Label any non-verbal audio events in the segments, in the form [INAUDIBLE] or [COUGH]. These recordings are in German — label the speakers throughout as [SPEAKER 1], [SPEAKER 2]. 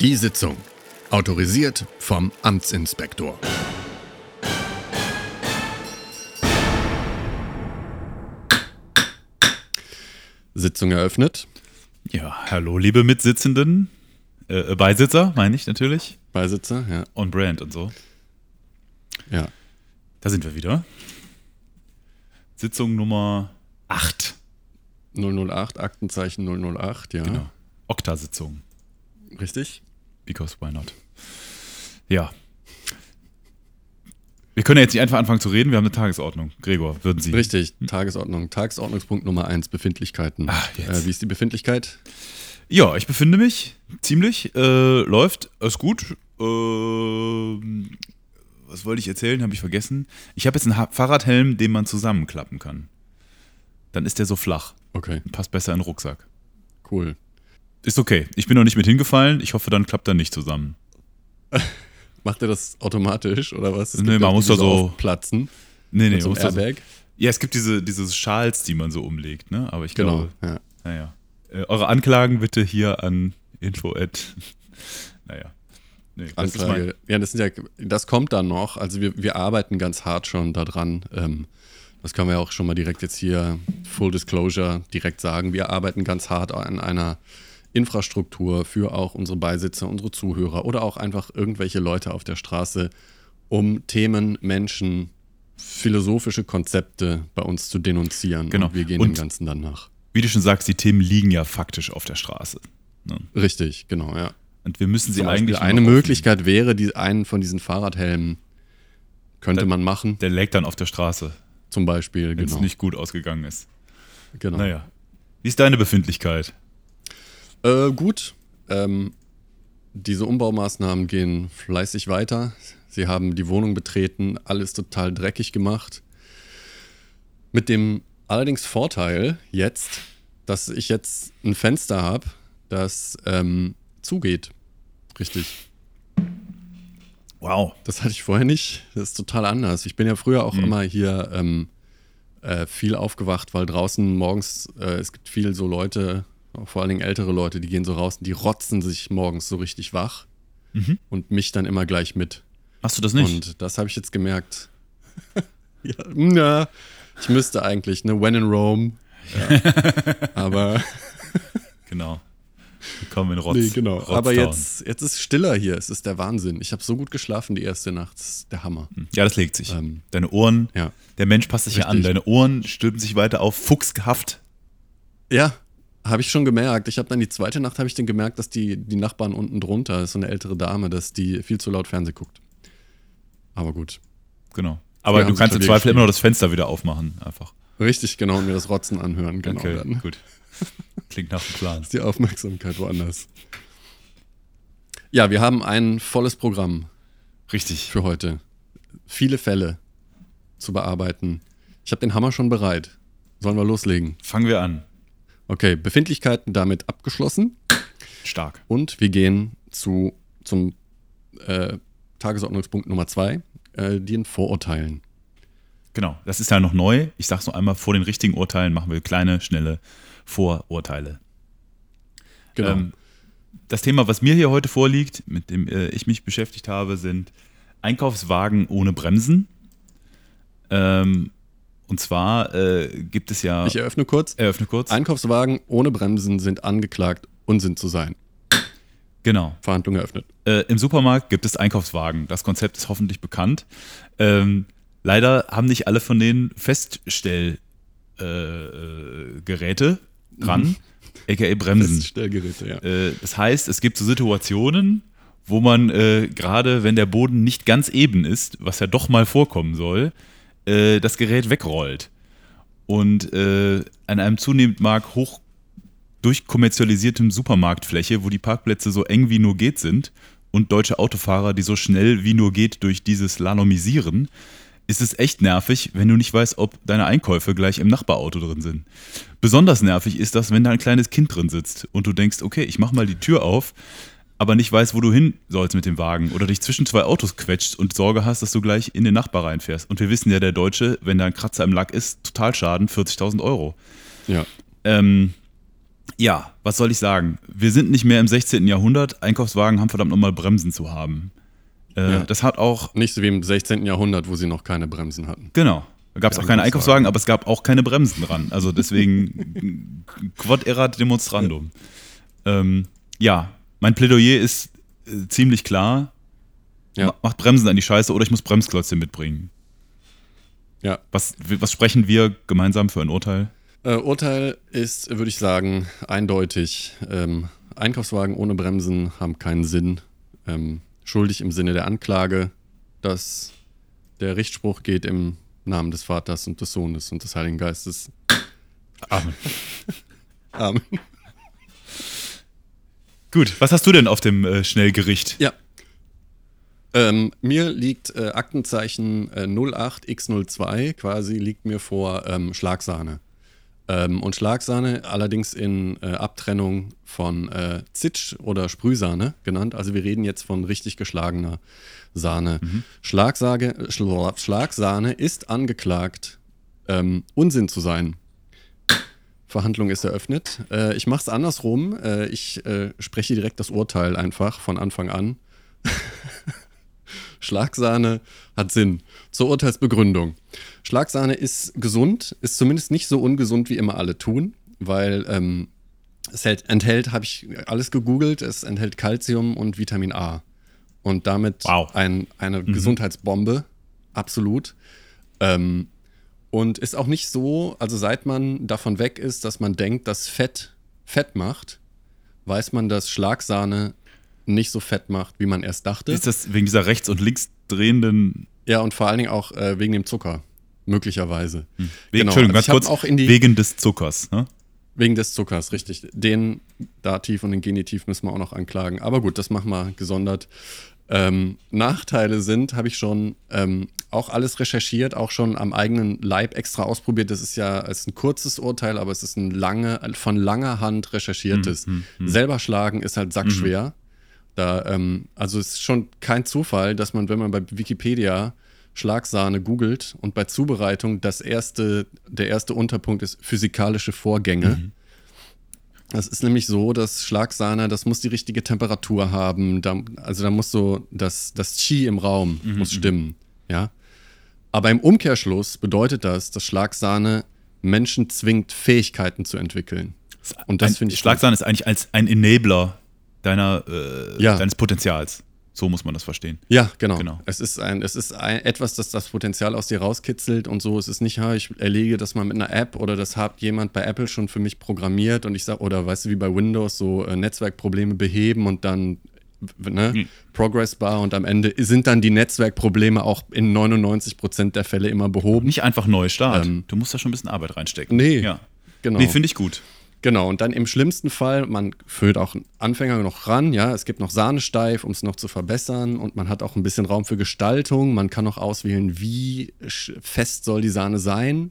[SPEAKER 1] Die Sitzung. Autorisiert vom Amtsinspektor.
[SPEAKER 2] Sitzung eröffnet.
[SPEAKER 3] Ja, hallo, liebe Mitsitzenden. Äh, äh, Beisitzer, meine ich natürlich.
[SPEAKER 2] Beisitzer, ja.
[SPEAKER 3] Und Brand und so.
[SPEAKER 2] ja.
[SPEAKER 3] Da sind wir wieder. Sitzung Nummer 8.
[SPEAKER 2] 008, Aktenzeichen 008, ja.
[SPEAKER 3] Genau. Okta-Sitzung.
[SPEAKER 2] Richtig?
[SPEAKER 3] Because why not? Ja. Wir können ja jetzt nicht einfach anfangen zu reden, wir haben eine Tagesordnung. Gregor, würden Sie.
[SPEAKER 2] Richtig,
[SPEAKER 1] Hm.
[SPEAKER 2] Tagesordnung. Tagesordnungspunkt Nummer 1, Befindlichkeiten.
[SPEAKER 3] Ah, jetzt.
[SPEAKER 2] Äh, wie ist die Befindlichkeit?
[SPEAKER 3] Ja, ich befinde mich ziemlich, äh, läuft, ist gut. Ähm, was wollte ich erzählen? Habe ich vergessen. Ich habe jetzt einen ha Fahrradhelm, den man zusammenklappen kann. Dann ist der so flach
[SPEAKER 2] Okay,
[SPEAKER 3] und passt besser in den Rucksack.
[SPEAKER 2] cool.
[SPEAKER 3] Ist okay. Ich bin noch nicht mit hingefallen. Ich hoffe, dann klappt er nicht zusammen.
[SPEAKER 2] Macht er das automatisch oder was? Es
[SPEAKER 3] Nee,
[SPEAKER 2] gibt
[SPEAKER 3] man
[SPEAKER 2] ja
[SPEAKER 3] muss
[SPEAKER 2] die, die
[SPEAKER 3] da so-
[SPEAKER 2] Platzen.
[SPEAKER 3] Nee, nee,
[SPEAKER 2] mit so einem
[SPEAKER 3] musst du-
[SPEAKER 2] Airbag.
[SPEAKER 3] Ja, es gibt diese, diese Schals, die man so umlegt, ne? Aber ich
[SPEAKER 2] Genau.
[SPEAKER 3] glaube,
[SPEAKER 2] Ja.
[SPEAKER 3] naja. Äh, eure Anklagen bitte hier an info at. [LAUGHS] naja. Nee, das ist mein,
[SPEAKER 2] Anklage. Ja, das, sind ja, das kommt dann noch. Also wir, wir arbeiten ganz hart schon daran. Ähm, das können wir auch schon mal direkt jetzt hier, Full Disclosure, direkt sagen. Wir arbeiten ganz hart an einer Infrastruktur für auch unsere Beisitzer, unsere Zuhörer oder auch einfach irgendwelche Leute auf der Straße, um Themen, Menschen, philosophische Konzepte bei uns zu denunzieren.
[SPEAKER 3] Genau.
[SPEAKER 2] Und wir gehen
[SPEAKER 3] Und-
[SPEAKER 2] dem Ganzen dann nach.
[SPEAKER 3] wie du schon sagst, die Themen liegen ja faktisch auf der Straße. Ne?
[SPEAKER 2] Richtig, genau, ja.
[SPEAKER 3] Und wir müssen sie
[SPEAKER 2] Zum Beispiel
[SPEAKER 3] eigentlich. nur
[SPEAKER 2] eine
[SPEAKER 3] noch aufnehmen.
[SPEAKER 2] Möglichkeit wäre, die, einen von diesen Fahrradhelmen könnte
[SPEAKER 3] Da-
[SPEAKER 2] man machen.
[SPEAKER 3] Der lägt dann auf der Straße,
[SPEAKER 2] Zum Beispiel,
[SPEAKER 3] wenn es
[SPEAKER 2] genau.
[SPEAKER 3] nicht gut ausgegangen ist.
[SPEAKER 2] genau.
[SPEAKER 3] Naja. Wie ist deine Befindlichkeit?
[SPEAKER 2] Äh, gut, ähm, diese Umbaumaßnahmen gehen fleißig weiter. Sie haben die Wohnung betreten, alles total dreckig gemacht. Mit dem allerdings Vorteil jetzt, dass ich jetzt ein Fenster habe, das ähm, zugeht. Richtig.
[SPEAKER 3] Wow.
[SPEAKER 2] Das hatte ich vorher nicht. Das ist total anders. Ich bin ja früher auch
[SPEAKER 3] Mhm.
[SPEAKER 2] immer hier ähm, äh, viel aufgewacht, weil draußen morgens, äh, es gibt viel so Leute, auch vor allen Dingen ältere Leute, die gehen so raus und die rotzen sich morgens so richtig wach
[SPEAKER 3] Mhm.
[SPEAKER 2] und mich dann immer gleich mit.
[SPEAKER 3] Machst du das nicht?
[SPEAKER 2] Und das habe ich jetzt gemerkt. [LAUGHS] ja, na, ich müsste eigentlich, ne? When in Rome. Ja.
[SPEAKER 3] [LAUGHS]
[SPEAKER 2] Aber,
[SPEAKER 3] Genau. Willkommen in Rotz.
[SPEAKER 2] nee, genau.
[SPEAKER 3] Rotztown.
[SPEAKER 2] Aber jetzt, jetzt ist stiller hier. Es ist der Wahnsinn. Ich habe so gut geschlafen die erste Nacht. Das ist der Hammer.
[SPEAKER 3] Hm. Ja, das legt sich.
[SPEAKER 2] Ähm,
[SPEAKER 3] Deine Ohren.
[SPEAKER 2] ja.
[SPEAKER 3] Der Mensch passt sich ja an.
[SPEAKER 2] Richtig.
[SPEAKER 3] Deine Ohren stülpen sich weiter auf. Fuchsgehaft.
[SPEAKER 2] Ja, habe ich schon gemerkt. Ich habe dann die zweite Nacht habe ich dann gemerkt, dass die, die Nachbarn unten drunter ist so eine ältere Dame, dass die viel zu laut Fernseh guckt. Aber gut.
[SPEAKER 3] Genau. Aber
[SPEAKER 2] haben
[SPEAKER 3] du
[SPEAKER 2] sie
[SPEAKER 3] kannst im
[SPEAKER 2] Klavier
[SPEAKER 3] Zweifel
[SPEAKER 2] gespielt.
[SPEAKER 3] immer noch das Fenster wieder aufmachen. Einfach.
[SPEAKER 2] Richtig, genau, und mir das Rotzen anhören. Genau,
[SPEAKER 3] okay,
[SPEAKER 2] dann [LAUGHS]
[SPEAKER 3] gut. Klingt nach dem Plan.
[SPEAKER 2] ist die Aufmerksamkeit woanders. Ja, wir haben ein volles Programm
[SPEAKER 3] Richtig.
[SPEAKER 2] für heute. Viele Fälle zu bearbeiten. Ich habe den Hammer schon bereit. Sollen wir loslegen?
[SPEAKER 3] Fangen wir an.
[SPEAKER 2] Okay, Befindlichkeiten damit abgeschlossen.
[SPEAKER 3] Stark.
[SPEAKER 2] Und wir gehen zu, zum äh, Tagesordnungspunkt Nummer zwei, äh, den Vorurteilen.
[SPEAKER 3] Genau. Das ist ja noch neu. Ich sag's noch einmal: vor den richtigen Urteilen machen wir kleine, schnelle Vorurteile.
[SPEAKER 2] Genau.
[SPEAKER 3] Ähm, das Thema, was mir hier heute vorliegt, mit dem äh, ich mich beschäftigt habe, sind Einkaufswagen ohne Bremsen. Ähm, und zwar äh, gibt es ja.
[SPEAKER 2] ich eröffne kurz.
[SPEAKER 3] eröffne kurz.
[SPEAKER 2] Einkaufswagen ohne Bremsen sind angeklagt, Unsinn zu sein.
[SPEAKER 3] genau.
[SPEAKER 2] Verhandlung eröffnet.
[SPEAKER 3] Äh, Im Supermarkt gibt es Einkaufswagen. Das Konzept ist hoffentlich bekannt. Ähm, leider haben nicht alle von denen Feststellgeräte äh, äh, Geräte dran,
[SPEAKER 2] Mhm.
[SPEAKER 3] aka Bremsen.
[SPEAKER 2] Feststellgeräte, ja.
[SPEAKER 3] Mhm. Äh, das heißt, es gibt so Situationen, wo man äh, gerade, wenn der Boden nicht ganz eben ist, was ja doch mal vorkommen soll, äh, das Gerät wegrollt. Und äh, an einem zunehmend mag hoch durchkommerzialisiertem Supermarktfläche, wo die Parkplätze so eng wie nur geht sind und deutsche Autofahrer, die so schnell wie nur geht durch dieses Lalomisieren, ist es echt nervig, wenn du nicht weißt, ob deine Einkäufe gleich im Nachbarauto drin sind. Besonders nervig ist das, wenn da ein kleines Kind drin sitzt und du denkst, okay, ich mach mal die Tür auf, aber nicht weißt, wo du hin sollst mit dem Wagen oder dich zwischen zwei Autos quetscht und Sorge hast, dass du gleich in den Nachbar reinfährst. Und wir wissen ja, der Deutsche, wenn da ein Kratzer im Lack ist, total Schaden, 40.000 Euro.
[SPEAKER 2] ja.
[SPEAKER 3] Ähm, Ja, was soll ich sagen? Wir sind nicht mehr im 16. Jahrhundert. Einkaufswagen haben verdammt nochmal Bremsen zu haben. Äh,
[SPEAKER 2] Ja.
[SPEAKER 3] Das hat auch,
[SPEAKER 2] Nicht so wie im 16. Jahrhundert, wo sie noch keine Bremsen hatten.
[SPEAKER 3] genau. Da gab es auch keine Einkaufswagen, aber es gab auch keine Bremsen dran.
[SPEAKER 2] [LAUGHS]
[SPEAKER 3] Also deswegen quod erat demonstrandum. Ähm, ja, mein Plädoyer ist äh, ziemlich klar.
[SPEAKER 2] Ja.
[SPEAKER 3] Ma- Macht Bremsen an die Scheiße oder ich muss Bremsklötze mitbringen.
[SPEAKER 2] Ja.
[SPEAKER 3] Was, was sprechen wir gemeinsam für ein Urteil?
[SPEAKER 2] Äh, Urteil ist, würde ich sagen, eindeutig. Ähm, Einkaufswagen ohne Bremsen haben keinen Sinn. Ähm, schuldig im Sinne der Anklage, dass der Richtspruch geht im Namen des Vaters und des Sohnes und des Heiligen Geistes.
[SPEAKER 3] Amen.
[SPEAKER 2] Amen.
[SPEAKER 3] Gut, was hast du denn auf dem äh, Schnellgericht?
[SPEAKER 2] Ja. Ähm, mir liegt äh, Aktenzeichen äh, 08X02 quasi liegt mir vor ähm, Schlagsahne. Ähm, und Schlagsahne allerdings in äh, Abtrennung von äh, Zitsch oder Sprühsahne genannt. Also wir reden jetzt von richtig geschlagener Sahne. Schlagsage, äh, Schla- Schlagsahne ist angeklagt, ähm, Unsinn zu sein. Verhandlung ist eröffnet. Äh, ich mache es andersrum. Äh, ich äh, spreche direkt das Urteil einfach von Anfang an. Schlagsahne hat Sinn. Zur Urteilsbegründung. Schlagsahne ist gesund, ist zumindest nicht so ungesund, wie immer alle tun, weil ähm, es hält, enthält, habe ich alles gegoogelt, es enthält Calcium und Vitamin A. Und damit
[SPEAKER 3] Wow. Mhm.
[SPEAKER 2] ein, eine Gesundheitsbombe, absolut. Ähm, und ist auch nicht so, also seit man davon weg ist, dass man denkt, dass Fett Fett macht, weiß man, dass Schlagsahne nicht so fett macht, wie man erst dachte.
[SPEAKER 3] Ist das wegen dieser rechts und links drehenden
[SPEAKER 2] Ja, und vor allen Dingen auch äh, wegen dem Zucker, möglicherweise.
[SPEAKER 3] Hm. Wegen,
[SPEAKER 2] Genau,
[SPEAKER 3] Entschuldigung,
[SPEAKER 2] also ich
[SPEAKER 3] ganz
[SPEAKER 2] hab
[SPEAKER 3] kurz,
[SPEAKER 2] auch in die-
[SPEAKER 3] wegen des Zuckers. Ne?
[SPEAKER 2] Wegen des Zuckers, richtig. Den Dativ und den Genitiv müssen wir auch noch anklagen. Aber gut, das machen wir gesondert. Ähm, Nachteile sind, habe ich schon ähm, auch alles recherchiert, auch schon am eigenen Leib extra ausprobiert. Das ist ja es ist ein kurzes Urteil, aber es ist ein lange, von langer Hand recherchiertes.
[SPEAKER 3] Hm,
[SPEAKER 2] Selber schlagen ist halt sackschwer. Da, ähm, also es ist schon kein Zufall, dass man, wenn man bei Wikipedia Schlagsahne googelt und bei Zubereitung das erste, der erste Unterpunkt ist physikalische Vorgänge. Das ist nämlich so, dass Schlagsahne, das muss die richtige Temperatur haben. Da, also da muss so das, das Qi im Raum muss stimmen. Ja. Aber im Umkehrschluss bedeutet das, dass Schlagsahne Menschen zwingt, Fähigkeiten zu entwickeln. Und das
[SPEAKER 3] Ein-
[SPEAKER 2] finde ich
[SPEAKER 3] Schlagsahne ist eigentlich als ein Enabler deiner, äh,
[SPEAKER 2] Ja.
[SPEAKER 3] deines Potenzials. So muss man das verstehen.
[SPEAKER 2] Ja, genau.
[SPEAKER 3] Genau.
[SPEAKER 2] Es ist, ein, es ist ein, etwas, das das Potenzial aus dir rauskitzelt und so. Es ist nicht, ja, ich erlege das mal mit einer App oder das hat jemand bei Apple schon für mich programmiert und ich sage, oder weißt du, wie bei Windows, so äh, Netzwerkprobleme beheben und dann ne,
[SPEAKER 3] Hm.
[SPEAKER 2] Progress Bar und am Ende sind dann die Netzwerkprobleme auch in 99% der Fälle immer behoben.
[SPEAKER 3] Nicht einfach neu starten.
[SPEAKER 2] Ähm.
[SPEAKER 3] du musst da schon ein bisschen Arbeit reinstecken.
[SPEAKER 2] Nee,
[SPEAKER 3] Ja.
[SPEAKER 2] genau.
[SPEAKER 3] Nee, finde ich gut.
[SPEAKER 2] Genau, und dann im schlimmsten Fall, man führt auch einen Anfänger noch ran, ja, es gibt noch Sahne steif, um es noch zu verbessern und man hat auch ein bisschen Raum für Gestaltung, man kann noch auswählen, wie sch- fest soll die Sahne sein.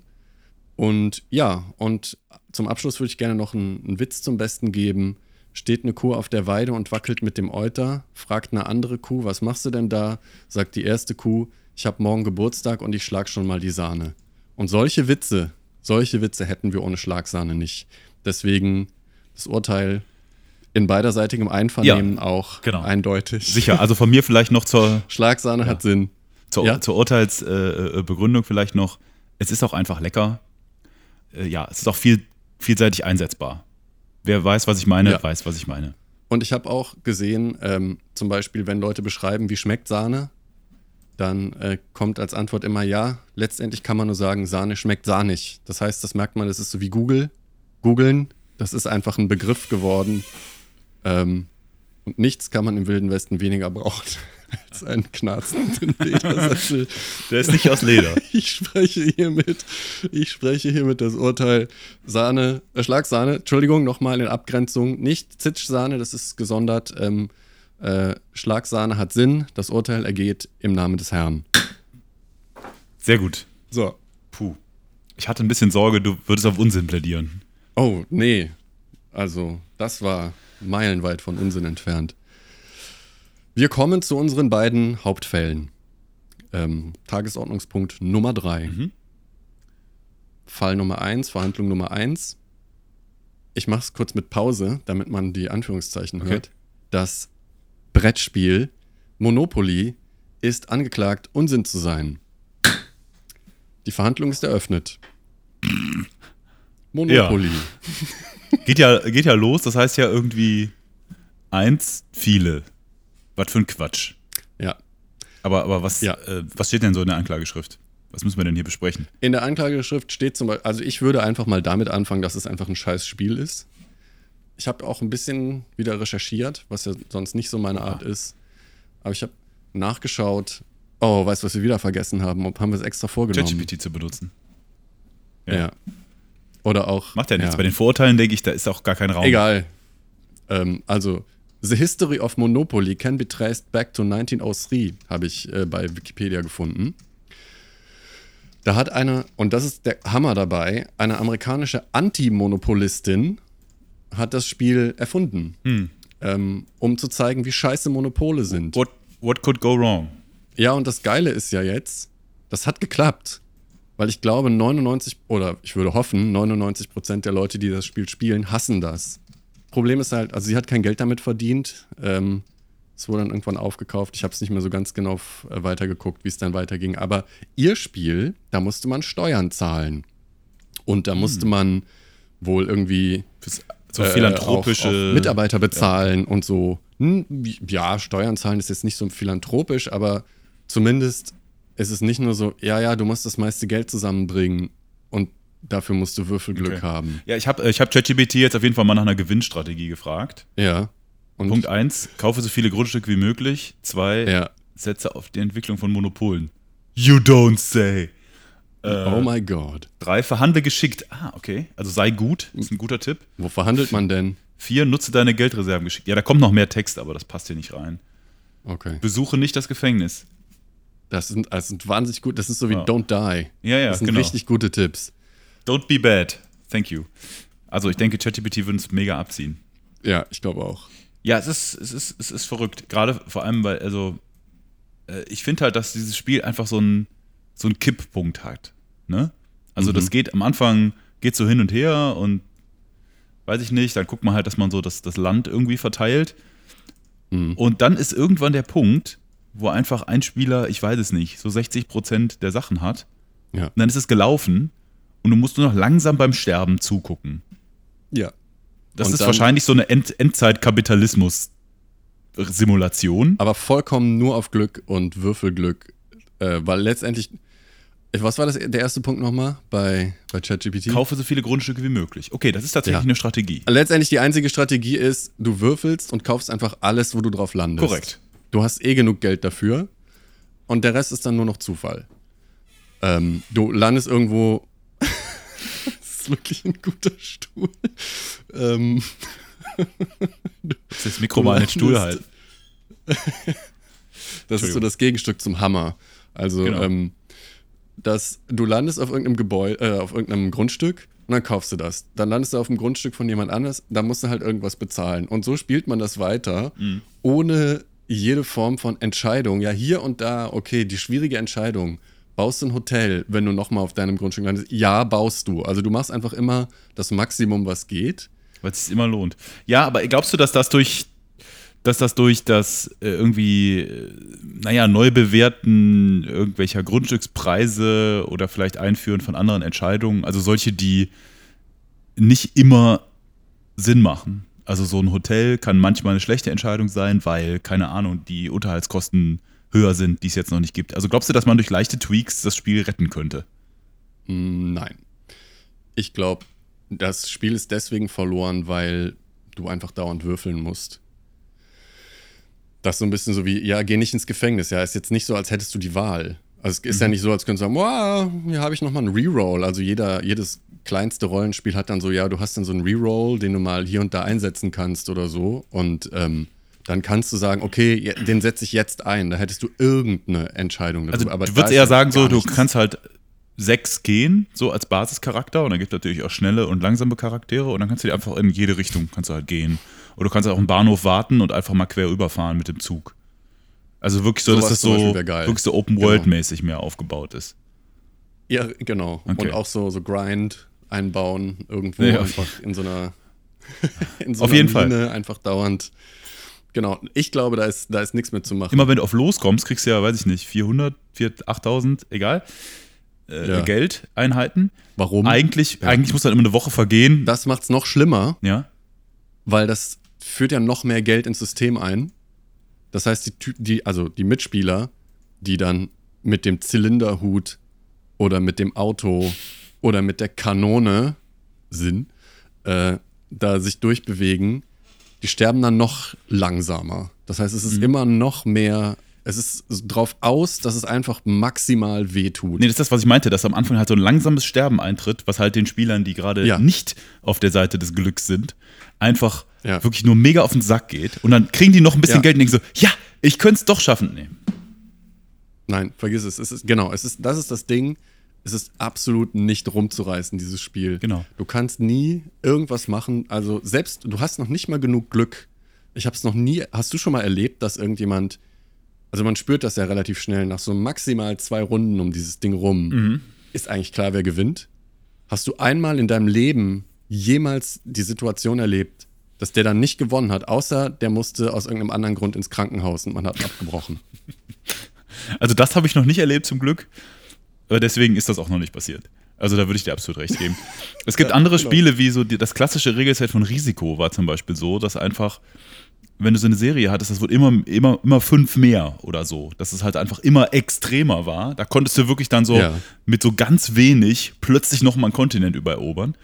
[SPEAKER 2] Und ja, und zum Abschluss würde ich gerne noch einen, einen Witz zum Besten geben. Steht eine Kuh auf der Weide und wackelt mit dem Euter, fragt eine andere Kuh, was machst du denn da? Sagt die erste Kuh, ich habe morgen Geburtstag und ich schlag schon mal die Sahne. Und solche Witze, solche Witze hätten wir ohne Schlagsahne nicht. Deswegen das Urteil in beiderseitigem Einvernehmen auch
[SPEAKER 3] genau.
[SPEAKER 2] eindeutig.
[SPEAKER 3] Sicher. Also von mir vielleicht noch zur,
[SPEAKER 2] [LAUGHS] Schlagsahne hat Sinn.
[SPEAKER 3] zur,
[SPEAKER 2] Ja.
[SPEAKER 3] zur Urteilsbegründung äh, Begründung vielleicht noch. Es ist auch einfach lecker. Äh, ja, es ist auch viel, vielseitig einsetzbar. Wer weiß, was ich meine,
[SPEAKER 2] Ja.
[SPEAKER 3] weiß, was ich meine.
[SPEAKER 2] Und ich habe auch gesehen, ähm, zum Beispiel, wenn Leute beschreiben, wie schmeckt Sahne, dann äh, kommt als Antwort immer ja. Letztendlich kann man nur sagen, Sahne schmeckt sahnig. Das heißt, das merkt man, das ist so wie Google. Googeln, das ist einfach ein Begriff geworden. Ähm, und nichts kann man im Wilden Westen weniger brauchen [LAUGHS] als einen knarzenden Ledersessel.
[SPEAKER 3] Der ist nicht
[SPEAKER 2] [LAUGHS]
[SPEAKER 3] aus Leder.
[SPEAKER 2] Ich spreche hiermit, ich spreche hiermit das Urteil Sahne, äh, Schlagsahne, Entschuldigung, nochmal in Abgrenzung, nicht Zitschsahne, das ist gesondert. Ähm, äh, Schlagsahne hat Sinn, das Urteil ergeht im Namen des Herrn.
[SPEAKER 3] Sehr gut.
[SPEAKER 2] So.
[SPEAKER 3] Puh. Ich hatte ein bisschen Sorge, du würdest auf Unsinn plädieren.
[SPEAKER 2] Oh, nee. Also, das war meilenweit von Unsinn entfernt. Wir kommen zu unseren beiden Hauptfällen. Ähm, Tagesordnungspunkt Nummer 3.
[SPEAKER 3] Mhm.
[SPEAKER 2] Fall Nummer 1, Verhandlung Nummer 1. ich mache es kurz mit Pause, damit man die Anführungszeichen hört. Das Brettspiel Monopoly ist angeklagt, Unsinn zu sein. Die Verhandlung ist eröffnet. Monopoly.
[SPEAKER 3] Geht ja, geht ja los, das heißt ja irgendwie eins, viele. Was für ein Quatsch.
[SPEAKER 2] Ja.
[SPEAKER 3] Aber, aber was,
[SPEAKER 2] Ja.
[SPEAKER 3] äh, was steht denn so in der Anklageschrift? Was müssen wir denn hier besprechen?
[SPEAKER 2] In der Anklageschrift steht zum Beispiel, also ich würde einfach mal damit anfangen, dass es einfach ein scheiß Spiel ist. Ich habe auch ein bisschen wieder recherchiert, was ja sonst nicht so meine Art ist. Aber ich habe nachgeschaut. Oh, weißt du, was wir wieder vergessen haben? Ob- Haben wir es extra vorgenommen?
[SPEAKER 3] ChatGPT zu benutzen.
[SPEAKER 2] Ja. Oder auch.
[SPEAKER 3] Macht ja nichts. Bei den Vorurteilen denke ich, da ist auch gar kein Raum.
[SPEAKER 2] Egal. Ähm, also, The History of Monopoly can be traced back to 1903, habe ich äh, bei Wikipedia gefunden. Da hat eine, und das ist der Hammer dabei, eine amerikanische Antimonopolistin hat das Spiel erfunden, ähm, um zu zeigen, wie scheiße Monopole sind.
[SPEAKER 3] What, what could go wrong?
[SPEAKER 2] Ja, und das Geile ist ja jetzt, das hat geklappt. Weil ich glaube, 99 oder ich würde hoffen, 99 Prozent der Leute, die das Spiel spielen, hassen das. Problem ist halt, also sie hat kein Geld damit verdient. Ähm, es wurde dann irgendwann aufgekauft. Ich habe es nicht mehr so ganz genau f- äh, weitergeguckt, wie es dann weiterging. Aber ihr Spiel, da musste man Steuern zahlen. Und da musste man wohl irgendwie
[SPEAKER 3] Fürs, so
[SPEAKER 2] äh,
[SPEAKER 3] philanthropische.
[SPEAKER 2] auch, auch Mitarbeiter bezahlen und so. Hm, ja, Steuern zahlen ist jetzt nicht so philanthropisch, aber zumindest ist es nicht nur so, ja, ja, du musst das meiste Geld zusammenbringen und dafür musst du Würfelglück
[SPEAKER 3] Okay.
[SPEAKER 2] haben.
[SPEAKER 3] Ja, ich habe ich hab ChatGPT jetzt auf jeden Fall mal nach einer Gewinnstrategie gefragt.
[SPEAKER 2] Ja. Und
[SPEAKER 3] Punkt 1, kaufe so viele Grundstücke wie möglich. 2,
[SPEAKER 2] ja.
[SPEAKER 3] setze auf die Entwicklung von Monopolen. You don't say.
[SPEAKER 2] oh
[SPEAKER 3] Äh,
[SPEAKER 2] my God.
[SPEAKER 3] 3, verhandle geschickt. Ah, okay. Also sei gut,
[SPEAKER 2] Hm.
[SPEAKER 3] ist ein guter Tipp.
[SPEAKER 2] Wo verhandelt man denn?
[SPEAKER 3] 4, nutze deine Geldreserven geschickt. Ja, da kommt noch mehr Text, aber das passt hier nicht rein.
[SPEAKER 2] Okay.
[SPEAKER 3] Besuche nicht das Gefängnis.
[SPEAKER 2] Das sind, das sind wahnsinnig gut. Das ist so wie
[SPEAKER 3] Ja.
[SPEAKER 2] Don't Die.
[SPEAKER 3] Ja, ja,
[SPEAKER 2] das sind
[SPEAKER 3] genau.
[SPEAKER 2] richtig gute Tipps.
[SPEAKER 3] Don't be bad. Thank you. Also ich denke, ChatGPT würde uns mega abziehen.
[SPEAKER 2] Ja, ich glaube auch.
[SPEAKER 3] Ja, es ist, es ist, es ist verrückt. Gerade vor allem, weil, also, äh, ich finde halt, dass dieses Spiel einfach so einen so einen Kipppunkt hat. Ne? Also, das geht am Anfang, geht so hin und her und weiß ich nicht, dann guckt man halt, dass man so das, das Land irgendwie verteilt. Und dann ist irgendwann der Punkt, wo einfach ein Spieler, ich weiß es nicht, so 60 Prozent der Sachen hat.
[SPEAKER 2] Ja.
[SPEAKER 3] Und dann ist es gelaufen und du musst nur noch langsam beim Sterben zugucken.
[SPEAKER 2] Ja.
[SPEAKER 3] Das
[SPEAKER 2] Und
[SPEAKER 3] ist
[SPEAKER 2] dann-
[SPEAKER 3] wahrscheinlich so eine End Endzeit-Kapitalismus-Simulation.
[SPEAKER 2] aber vollkommen nur auf Glück und Würfelglück, äh, weil letztendlich, was war das, der erste Punkt nochmal bei, bei ChatGPT?
[SPEAKER 3] Kaufe so viele Grundstücke wie möglich. Okay, das ist tatsächlich
[SPEAKER 2] Ja.
[SPEAKER 3] eine Strategie.
[SPEAKER 2] Letztendlich die einzige Strategie ist, du würfelst und kaufst einfach alles, wo du drauf landest.
[SPEAKER 3] Korrekt.
[SPEAKER 2] Du hast eh genug Geld dafür und der Rest ist dann nur noch Zufall. Ähm, du landest irgendwo. [LAUGHS] das ist wirklich ein guter Stuhl. Ähm,
[SPEAKER 3] Das ist das Mikro mal in den Stuhl halt.
[SPEAKER 2] Das ist so
[SPEAKER 3] Entschuldigung.
[SPEAKER 2] das Gegenstück zum Hammer. Also,
[SPEAKER 3] Genau.
[SPEAKER 2] ähm, dass du landest auf irgendeinem Gebäude, äh, auf irgendeinem Grundstück und dann kaufst du das. Dann landest du auf dem Grundstück von jemand anders, dann musst du halt irgendwas bezahlen. Und so spielt man das weiter,
[SPEAKER 3] Mhm.
[SPEAKER 2] ohne jede Form von Entscheidung. Ja, hier und da, okay, die schwierige Entscheidung. Baust du ein Hotel, wenn du nochmal auf deinem Grundstück landest? Ja, baust du. Also du machst einfach immer das Maximum, was geht.
[SPEAKER 3] Weil es sich immer lohnt. Ja, aber glaubst du, dass das durch, dass das durch das äh, irgendwie, äh, naja, Neubewerten irgendwelcher Grundstückspreise oder vielleicht Einführen von anderen Entscheidungen, also solche, die nicht immer Sinn machen. Also so ein Hotel kann manchmal eine schlechte Entscheidung sein, weil, keine Ahnung, die Unterhaltskosten höher sind, die es jetzt noch nicht gibt. Also glaubst du, dass man durch leichte Tweaks das Spiel retten könnte?
[SPEAKER 2] Mm, Nein. Ich glaube, das Spiel ist deswegen verloren, weil du einfach dauernd würfeln musst. Das ist so ein bisschen so wie, ja, geh nicht ins Gefängnis. Ja, ist jetzt nicht so, als hättest du die Wahl. Also es ist ja
[SPEAKER 3] Mhm.
[SPEAKER 2] nicht so, als könntest du sagen, wow, hier habe ich nochmal einen Reroll. Also jeder, jedes kleinste Rollenspiel hat dann so, ja, du hast dann so einen Reroll, den du mal hier und da einsetzen kannst oder so. Und ähm, dann kannst du sagen, okay, je- den setze ich jetzt ein. Da hättest du irgendeine Entscheidung
[SPEAKER 3] Also
[SPEAKER 2] darüber. Aber
[SPEAKER 3] du
[SPEAKER 2] da
[SPEAKER 3] würdest
[SPEAKER 2] ist
[SPEAKER 3] eher
[SPEAKER 2] ja
[SPEAKER 3] sagen, so,
[SPEAKER 2] gar
[SPEAKER 3] du
[SPEAKER 2] nichts.
[SPEAKER 3] kannst halt sechs gehen, so als Basischarakter und dann gibt es natürlich auch schnelle und langsame Charaktere und dann kannst du dir einfach in jede Richtung kannst du halt gehen. Oder du kannst auch im Bahnhof warten und einfach mal quer überfahren mit dem Zug. Also wirklich so,
[SPEAKER 2] Sowas
[SPEAKER 3] dass das
[SPEAKER 2] zum
[SPEAKER 3] so,
[SPEAKER 2] Beispiel wär geil.
[SPEAKER 3] wirklich so Open
[SPEAKER 2] Genau.
[SPEAKER 3] World-mäßig mehr aufgebaut ist.
[SPEAKER 2] Ja, genau.
[SPEAKER 3] Okay.
[SPEAKER 2] Und auch so, so Grind einbauen irgendwo
[SPEAKER 3] Ja. [LAUGHS]
[SPEAKER 2] einfach in so einer In so
[SPEAKER 3] Auf
[SPEAKER 2] einer
[SPEAKER 3] jeden Fall.
[SPEAKER 2] Mine einfach dauernd. Genau, ich glaube, da ist, da ist nichts mehr zu machen.
[SPEAKER 3] Immer wenn du auf Los kommst, kriegst du ja, weiß ich nicht, 400, 400 8000, egal, äh,
[SPEAKER 2] Ja.
[SPEAKER 3] Geldeinheiten.
[SPEAKER 2] Warum?
[SPEAKER 3] Eigentlich,
[SPEAKER 2] Ja.
[SPEAKER 3] eigentlich muss dann immer eine Woche vergehen.
[SPEAKER 2] das macht es noch schlimmer,
[SPEAKER 3] ja.
[SPEAKER 2] weil das führt ja noch mehr Geld ins System ein. Das heißt, die, Ty- die, also die Mitspieler, die dann mit dem Zylinderhut oder mit dem Auto oder mit der Kanone Sinn, äh, da sich durchbewegen, die sterben dann noch langsamer. Das heißt, es ist immer noch mehr, es ist drauf aus, dass es einfach maximal wehtut.
[SPEAKER 3] Nee, das ist das, was ich meinte, dass am Anfang halt so ein langsames Sterben eintritt, was halt den Spielern, die gerade
[SPEAKER 2] Ja.
[SPEAKER 3] nicht auf der Seite des Glücks sind, einfach
[SPEAKER 2] Ja.
[SPEAKER 3] wirklich nur mega auf den Sack geht. Und dann kriegen die noch ein bisschen
[SPEAKER 2] Ja.
[SPEAKER 3] Geld und denken so, ja, ich könnte es doch schaffen. Nee.
[SPEAKER 2] Nein, vergiss es. es ist, genau, es ist, das ist das Ding. Es ist absolut nicht rumzureißen, dieses Spiel.
[SPEAKER 3] Genau.
[SPEAKER 2] Du kannst nie irgendwas machen. Also selbst, du hast noch nicht mal genug Glück. Ich habe es noch nie. Hast du schon mal erlebt, dass irgendjemand, also man spürt das ja relativ schnell, nach so maximal zwei Runden um dieses Ding rum, ist eigentlich klar, wer gewinnt. Hast du einmal in deinem Leben jemals die Situation erlebt, dass der dann nicht gewonnen hat, außer der musste aus irgendeinem anderen Grund ins Krankenhaus und man hat abgebrochen?
[SPEAKER 3] Also das habe ich noch nicht erlebt zum Glück, aber deswegen ist das auch noch nicht passiert. Also da würde ich dir absolut recht geben. Es gibt andere
[SPEAKER 2] genau.
[SPEAKER 3] Spiele, wie so die, das klassische Regelset von Risiko war zum Beispiel so, dass einfach, wenn du so eine Serie hattest, das wurde immer, immer, immer fünf mehr oder so. Dass es halt einfach immer extremer war. Da konntest du wirklich dann so
[SPEAKER 2] Ja.
[SPEAKER 3] mit so ganz wenig plötzlich nochmal einen Kontinent übererobern.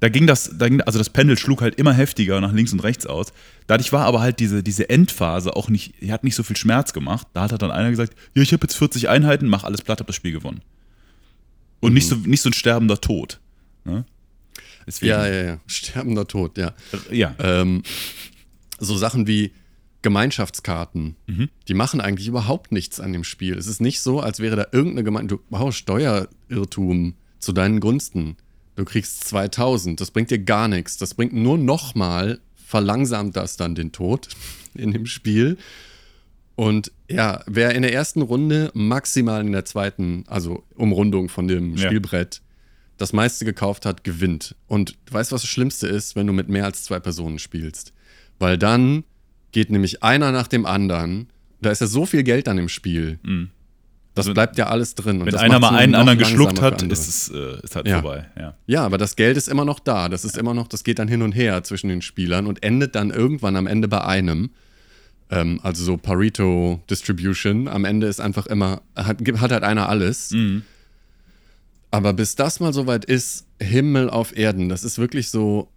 [SPEAKER 3] Da ging das, da ging, also das Pendel schlug halt immer heftiger nach links und rechts aus. Dadurch war aber halt diese, diese Endphase auch nicht, die hat nicht so viel Schmerz gemacht. Da hat halt dann einer gesagt, ja, ich habe jetzt 40 Einheiten, mach alles platt, hab das Spiel gewonnen. Und nicht, so,
[SPEAKER 2] Mhm.
[SPEAKER 3] nicht so ein sterbender Tod. Ne? Deswegen, äh,
[SPEAKER 2] Ja, ja, ja. [LAUGHS] Sterbender Tod, ja.
[SPEAKER 3] ja.
[SPEAKER 2] Ähm, so Sachen wie Gemeinschaftskarten, die machen eigentlich überhaupt nichts an dem Spiel. Es ist nicht so, als wäre da irgendeine Gemeinschaft. Wow, Steuerirrtum zu deinen Gunsten. Du kriegst 2000, das bringt dir gar nichts. Das bringt nur nochmal, verlangsamt das dann den Tod in dem Spiel. Und ja, wer in der ersten Runde maximal in der zweiten, also Umrundung von dem
[SPEAKER 3] Ja.
[SPEAKER 2] Spielbrett, das meiste gekauft hat, gewinnt. Und du weißt, was das Schlimmste ist, wenn du mit mehr als zwei Personen spielst? Weil dann geht nämlich einer nach dem anderen. Da ist ja so viel Geld an im Spiel. Das
[SPEAKER 3] Also,
[SPEAKER 2] bleibt ja alles drin. Und
[SPEAKER 3] Wenn
[SPEAKER 2] das
[SPEAKER 3] einer
[SPEAKER 2] macht's
[SPEAKER 3] mal
[SPEAKER 2] nur
[SPEAKER 3] einen
[SPEAKER 2] noch
[SPEAKER 3] anderen
[SPEAKER 2] langsamer
[SPEAKER 3] geschluckt
[SPEAKER 2] für
[SPEAKER 3] hat,
[SPEAKER 2] andere.
[SPEAKER 3] ist es äh, ist halt
[SPEAKER 2] Ja.
[SPEAKER 3] vorbei. Ja.
[SPEAKER 2] Ja, aber das Geld ist immer noch da. Das ist immer noch, das geht dann hin und her zwischen den Spielern und endet dann irgendwann am Ende bei einem. Ähm, also so Pareto Distribution. Am Ende ist einfach immer, hat, gibt- hat halt einer alles.
[SPEAKER 3] Mhm.
[SPEAKER 2] Aber bis das mal soweit ist, Himmel auf Erden, das ist wirklich so,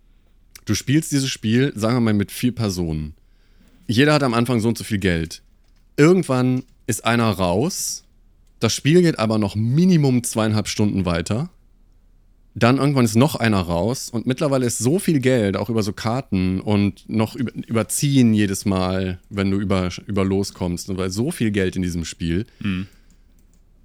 [SPEAKER 2] du spielst dieses Spiel, sagen wir mal, mit vier Personen. Jeder hat am Anfang so und so viel Geld. Irgendwann ist einer raus. Das Spiel geht aber noch Minimum zweieinhalb Stunden weiter. Dann irgendwann ist noch einer raus und mittlerweile ist so viel Geld, auch über so Karten und noch über, überziehen jedes Mal, wenn du über, über loskommst, und weil so viel Geld in diesem Spiel,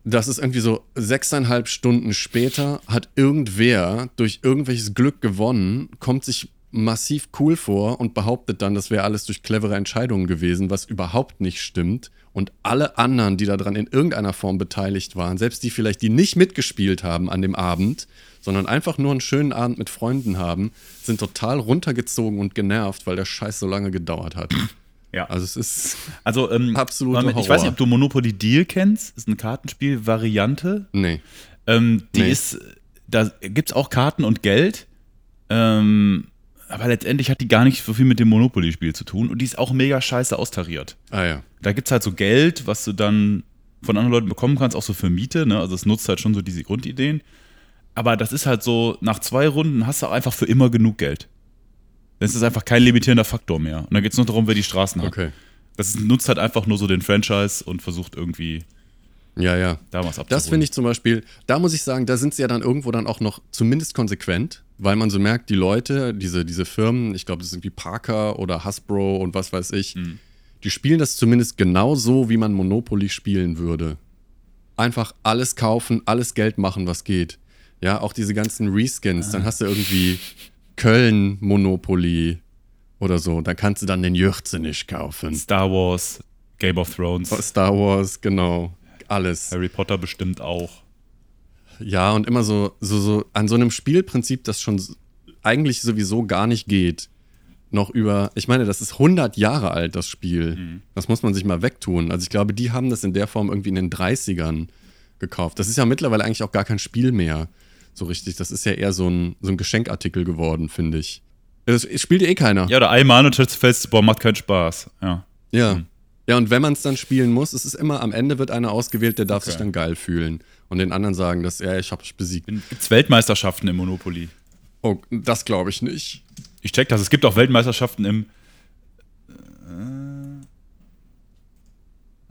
[SPEAKER 2] dass es irgendwie so sechseinhalb Stunden später hat irgendwer durch irgendwelches Glück gewonnen, kommt sich massiv cool vor und behauptet dann, das wäre alles durch clevere Entscheidungen gewesen, was überhaupt nicht stimmt. Und alle anderen, die daran in irgendeiner Form beteiligt waren, selbst die vielleicht, die nicht mitgespielt haben an dem Abend, sondern einfach nur einen schönen Abend mit Freunden haben, sind total runtergezogen und genervt, weil der Scheiß so lange gedauert hat.
[SPEAKER 3] Ja.
[SPEAKER 2] Also es ist.
[SPEAKER 3] Also ähm,
[SPEAKER 2] Absoluter
[SPEAKER 3] Moment, ich
[SPEAKER 2] Horror.
[SPEAKER 3] weiß nicht, ob du Monopoly Deal kennst. Ist eine Kartenspiel-Variante.
[SPEAKER 2] Nee.
[SPEAKER 3] Ähm, die
[SPEAKER 2] Nee.
[SPEAKER 3] ist, da gibt es auch Karten und Geld. Ähm, aber letztendlich hat die gar nicht so viel mit dem Monopoly-Spiel zu tun. Und die ist auch mega scheiße austariert.
[SPEAKER 2] Ah ja.
[SPEAKER 3] Da gibt es halt so Geld, was du dann von anderen Leuten bekommen kannst, auch so für Miete. Ne? Also es nutzt halt schon so diese Grundideen. Aber das ist halt so, nach zwei Runden hast du einfach für immer genug Geld. Das ist einfach kein limitierender Faktor mehr. Und dann geht es nur darum, wer die Straßen hat.
[SPEAKER 2] Okay.
[SPEAKER 3] Das ist, nutzt halt einfach nur so den Franchise und versucht irgendwie
[SPEAKER 2] Ja, ja.
[SPEAKER 3] da was abzuholen.
[SPEAKER 2] Das finde ich zum Beispiel, da muss ich sagen, da sind sie ja dann irgendwo dann auch noch zumindest konsequent, weil man so merkt, die Leute, diese, diese Firmen, ich glaube, das sind wie Parker oder Hasbro und was weiß ich, die spielen das zumindest genau so, wie man Monopoly spielen würde. Einfach alles kaufen, alles Geld machen, was geht. Ja, auch diese ganzen Reskins, dann hast du irgendwie Köln Monopoly oder so, da kannst du dann den Jürze nicht kaufen.
[SPEAKER 3] Star Wars, Game of Thrones,
[SPEAKER 2] Star Wars, genau. Alles.
[SPEAKER 3] Harry Potter bestimmt auch.
[SPEAKER 2] Ja, und immer so, so, so an so einem Spielprinzip, das schon s- eigentlich sowieso gar nicht geht, noch über, ich meine, das ist 100 Jahre alt, das Spiel.
[SPEAKER 3] Mhm.
[SPEAKER 2] Das muss man sich mal wegtun. Also ich glaube, die haben das in der Form irgendwie in den 30ern gekauft. Das ist ja mittlerweile eigentlich auch gar kein Spiel mehr. So richtig. Das ist ja eher so ein, so ein Geschenkartikel geworden, finde ich. Das spielt eh keiner.
[SPEAKER 3] Ja, oder einmal und stellst fest, boah, macht keinen Spaß. Ja.
[SPEAKER 2] Ja.
[SPEAKER 3] Mhm.
[SPEAKER 2] Ja, und wenn man es dann spielen muss, es ist immer, am Ende wird einer ausgewählt, der darf sich
[SPEAKER 3] Okay.
[SPEAKER 2] dann geil fühlen. Und den anderen sagen, dass, ja, ich hab dich besiegt.
[SPEAKER 3] Gibt's Weltmeisterschaften im Monopoly?
[SPEAKER 2] Oh, das glaube ich nicht.
[SPEAKER 3] Ich check das. Es gibt auch Weltmeisterschaften im.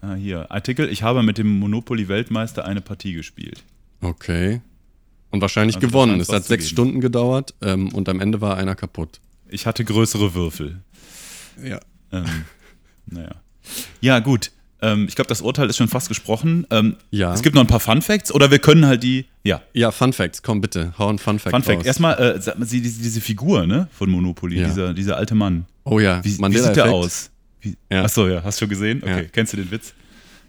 [SPEAKER 3] Äh, ah, hier. Artikel: Ich habe mit dem Monopoly-Weltmeister eine Partie gespielt.
[SPEAKER 2] Okay. Und wahrscheinlich
[SPEAKER 3] Also
[SPEAKER 2] gewonnen.
[SPEAKER 3] scheint
[SPEAKER 2] Es
[SPEAKER 3] was
[SPEAKER 2] hat
[SPEAKER 3] zu
[SPEAKER 2] sechs
[SPEAKER 3] geben.
[SPEAKER 2] Stunden gedauert ähm, und am Ende war einer kaputt.
[SPEAKER 3] Ich hatte größere Würfel.
[SPEAKER 2] Ja. [LAUGHS]
[SPEAKER 3] Ähm, naja. Ja, gut. Ähm, ich glaube, das Urteil ist schon fast gesprochen. Ähm,
[SPEAKER 2] Ja.
[SPEAKER 3] Es gibt noch ein paar Fun Facts oder wir können halt die. Ja,
[SPEAKER 2] Ja, Fun Facts, komm bitte, hau ein Fun Fact
[SPEAKER 3] Fun Fact.
[SPEAKER 2] raus.
[SPEAKER 3] Erstmal, äh, sag mal, sie- diese, diese Figur ne, von Monopoly,
[SPEAKER 2] Ja.
[SPEAKER 3] dieser, dieser alte Mann.
[SPEAKER 2] Oh ja,
[SPEAKER 3] Wie, wie
[SPEAKER 2] Mandela
[SPEAKER 3] sieht der
[SPEAKER 2] Effekt.
[SPEAKER 3] aus? Wie,
[SPEAKER 2] Ja.
[SPEAKER 3] Achso, ja, hast du schon gesehen? Okay,
[SPEAKER 2] Ja.
[SPEAKER 3] kennst du den Witz?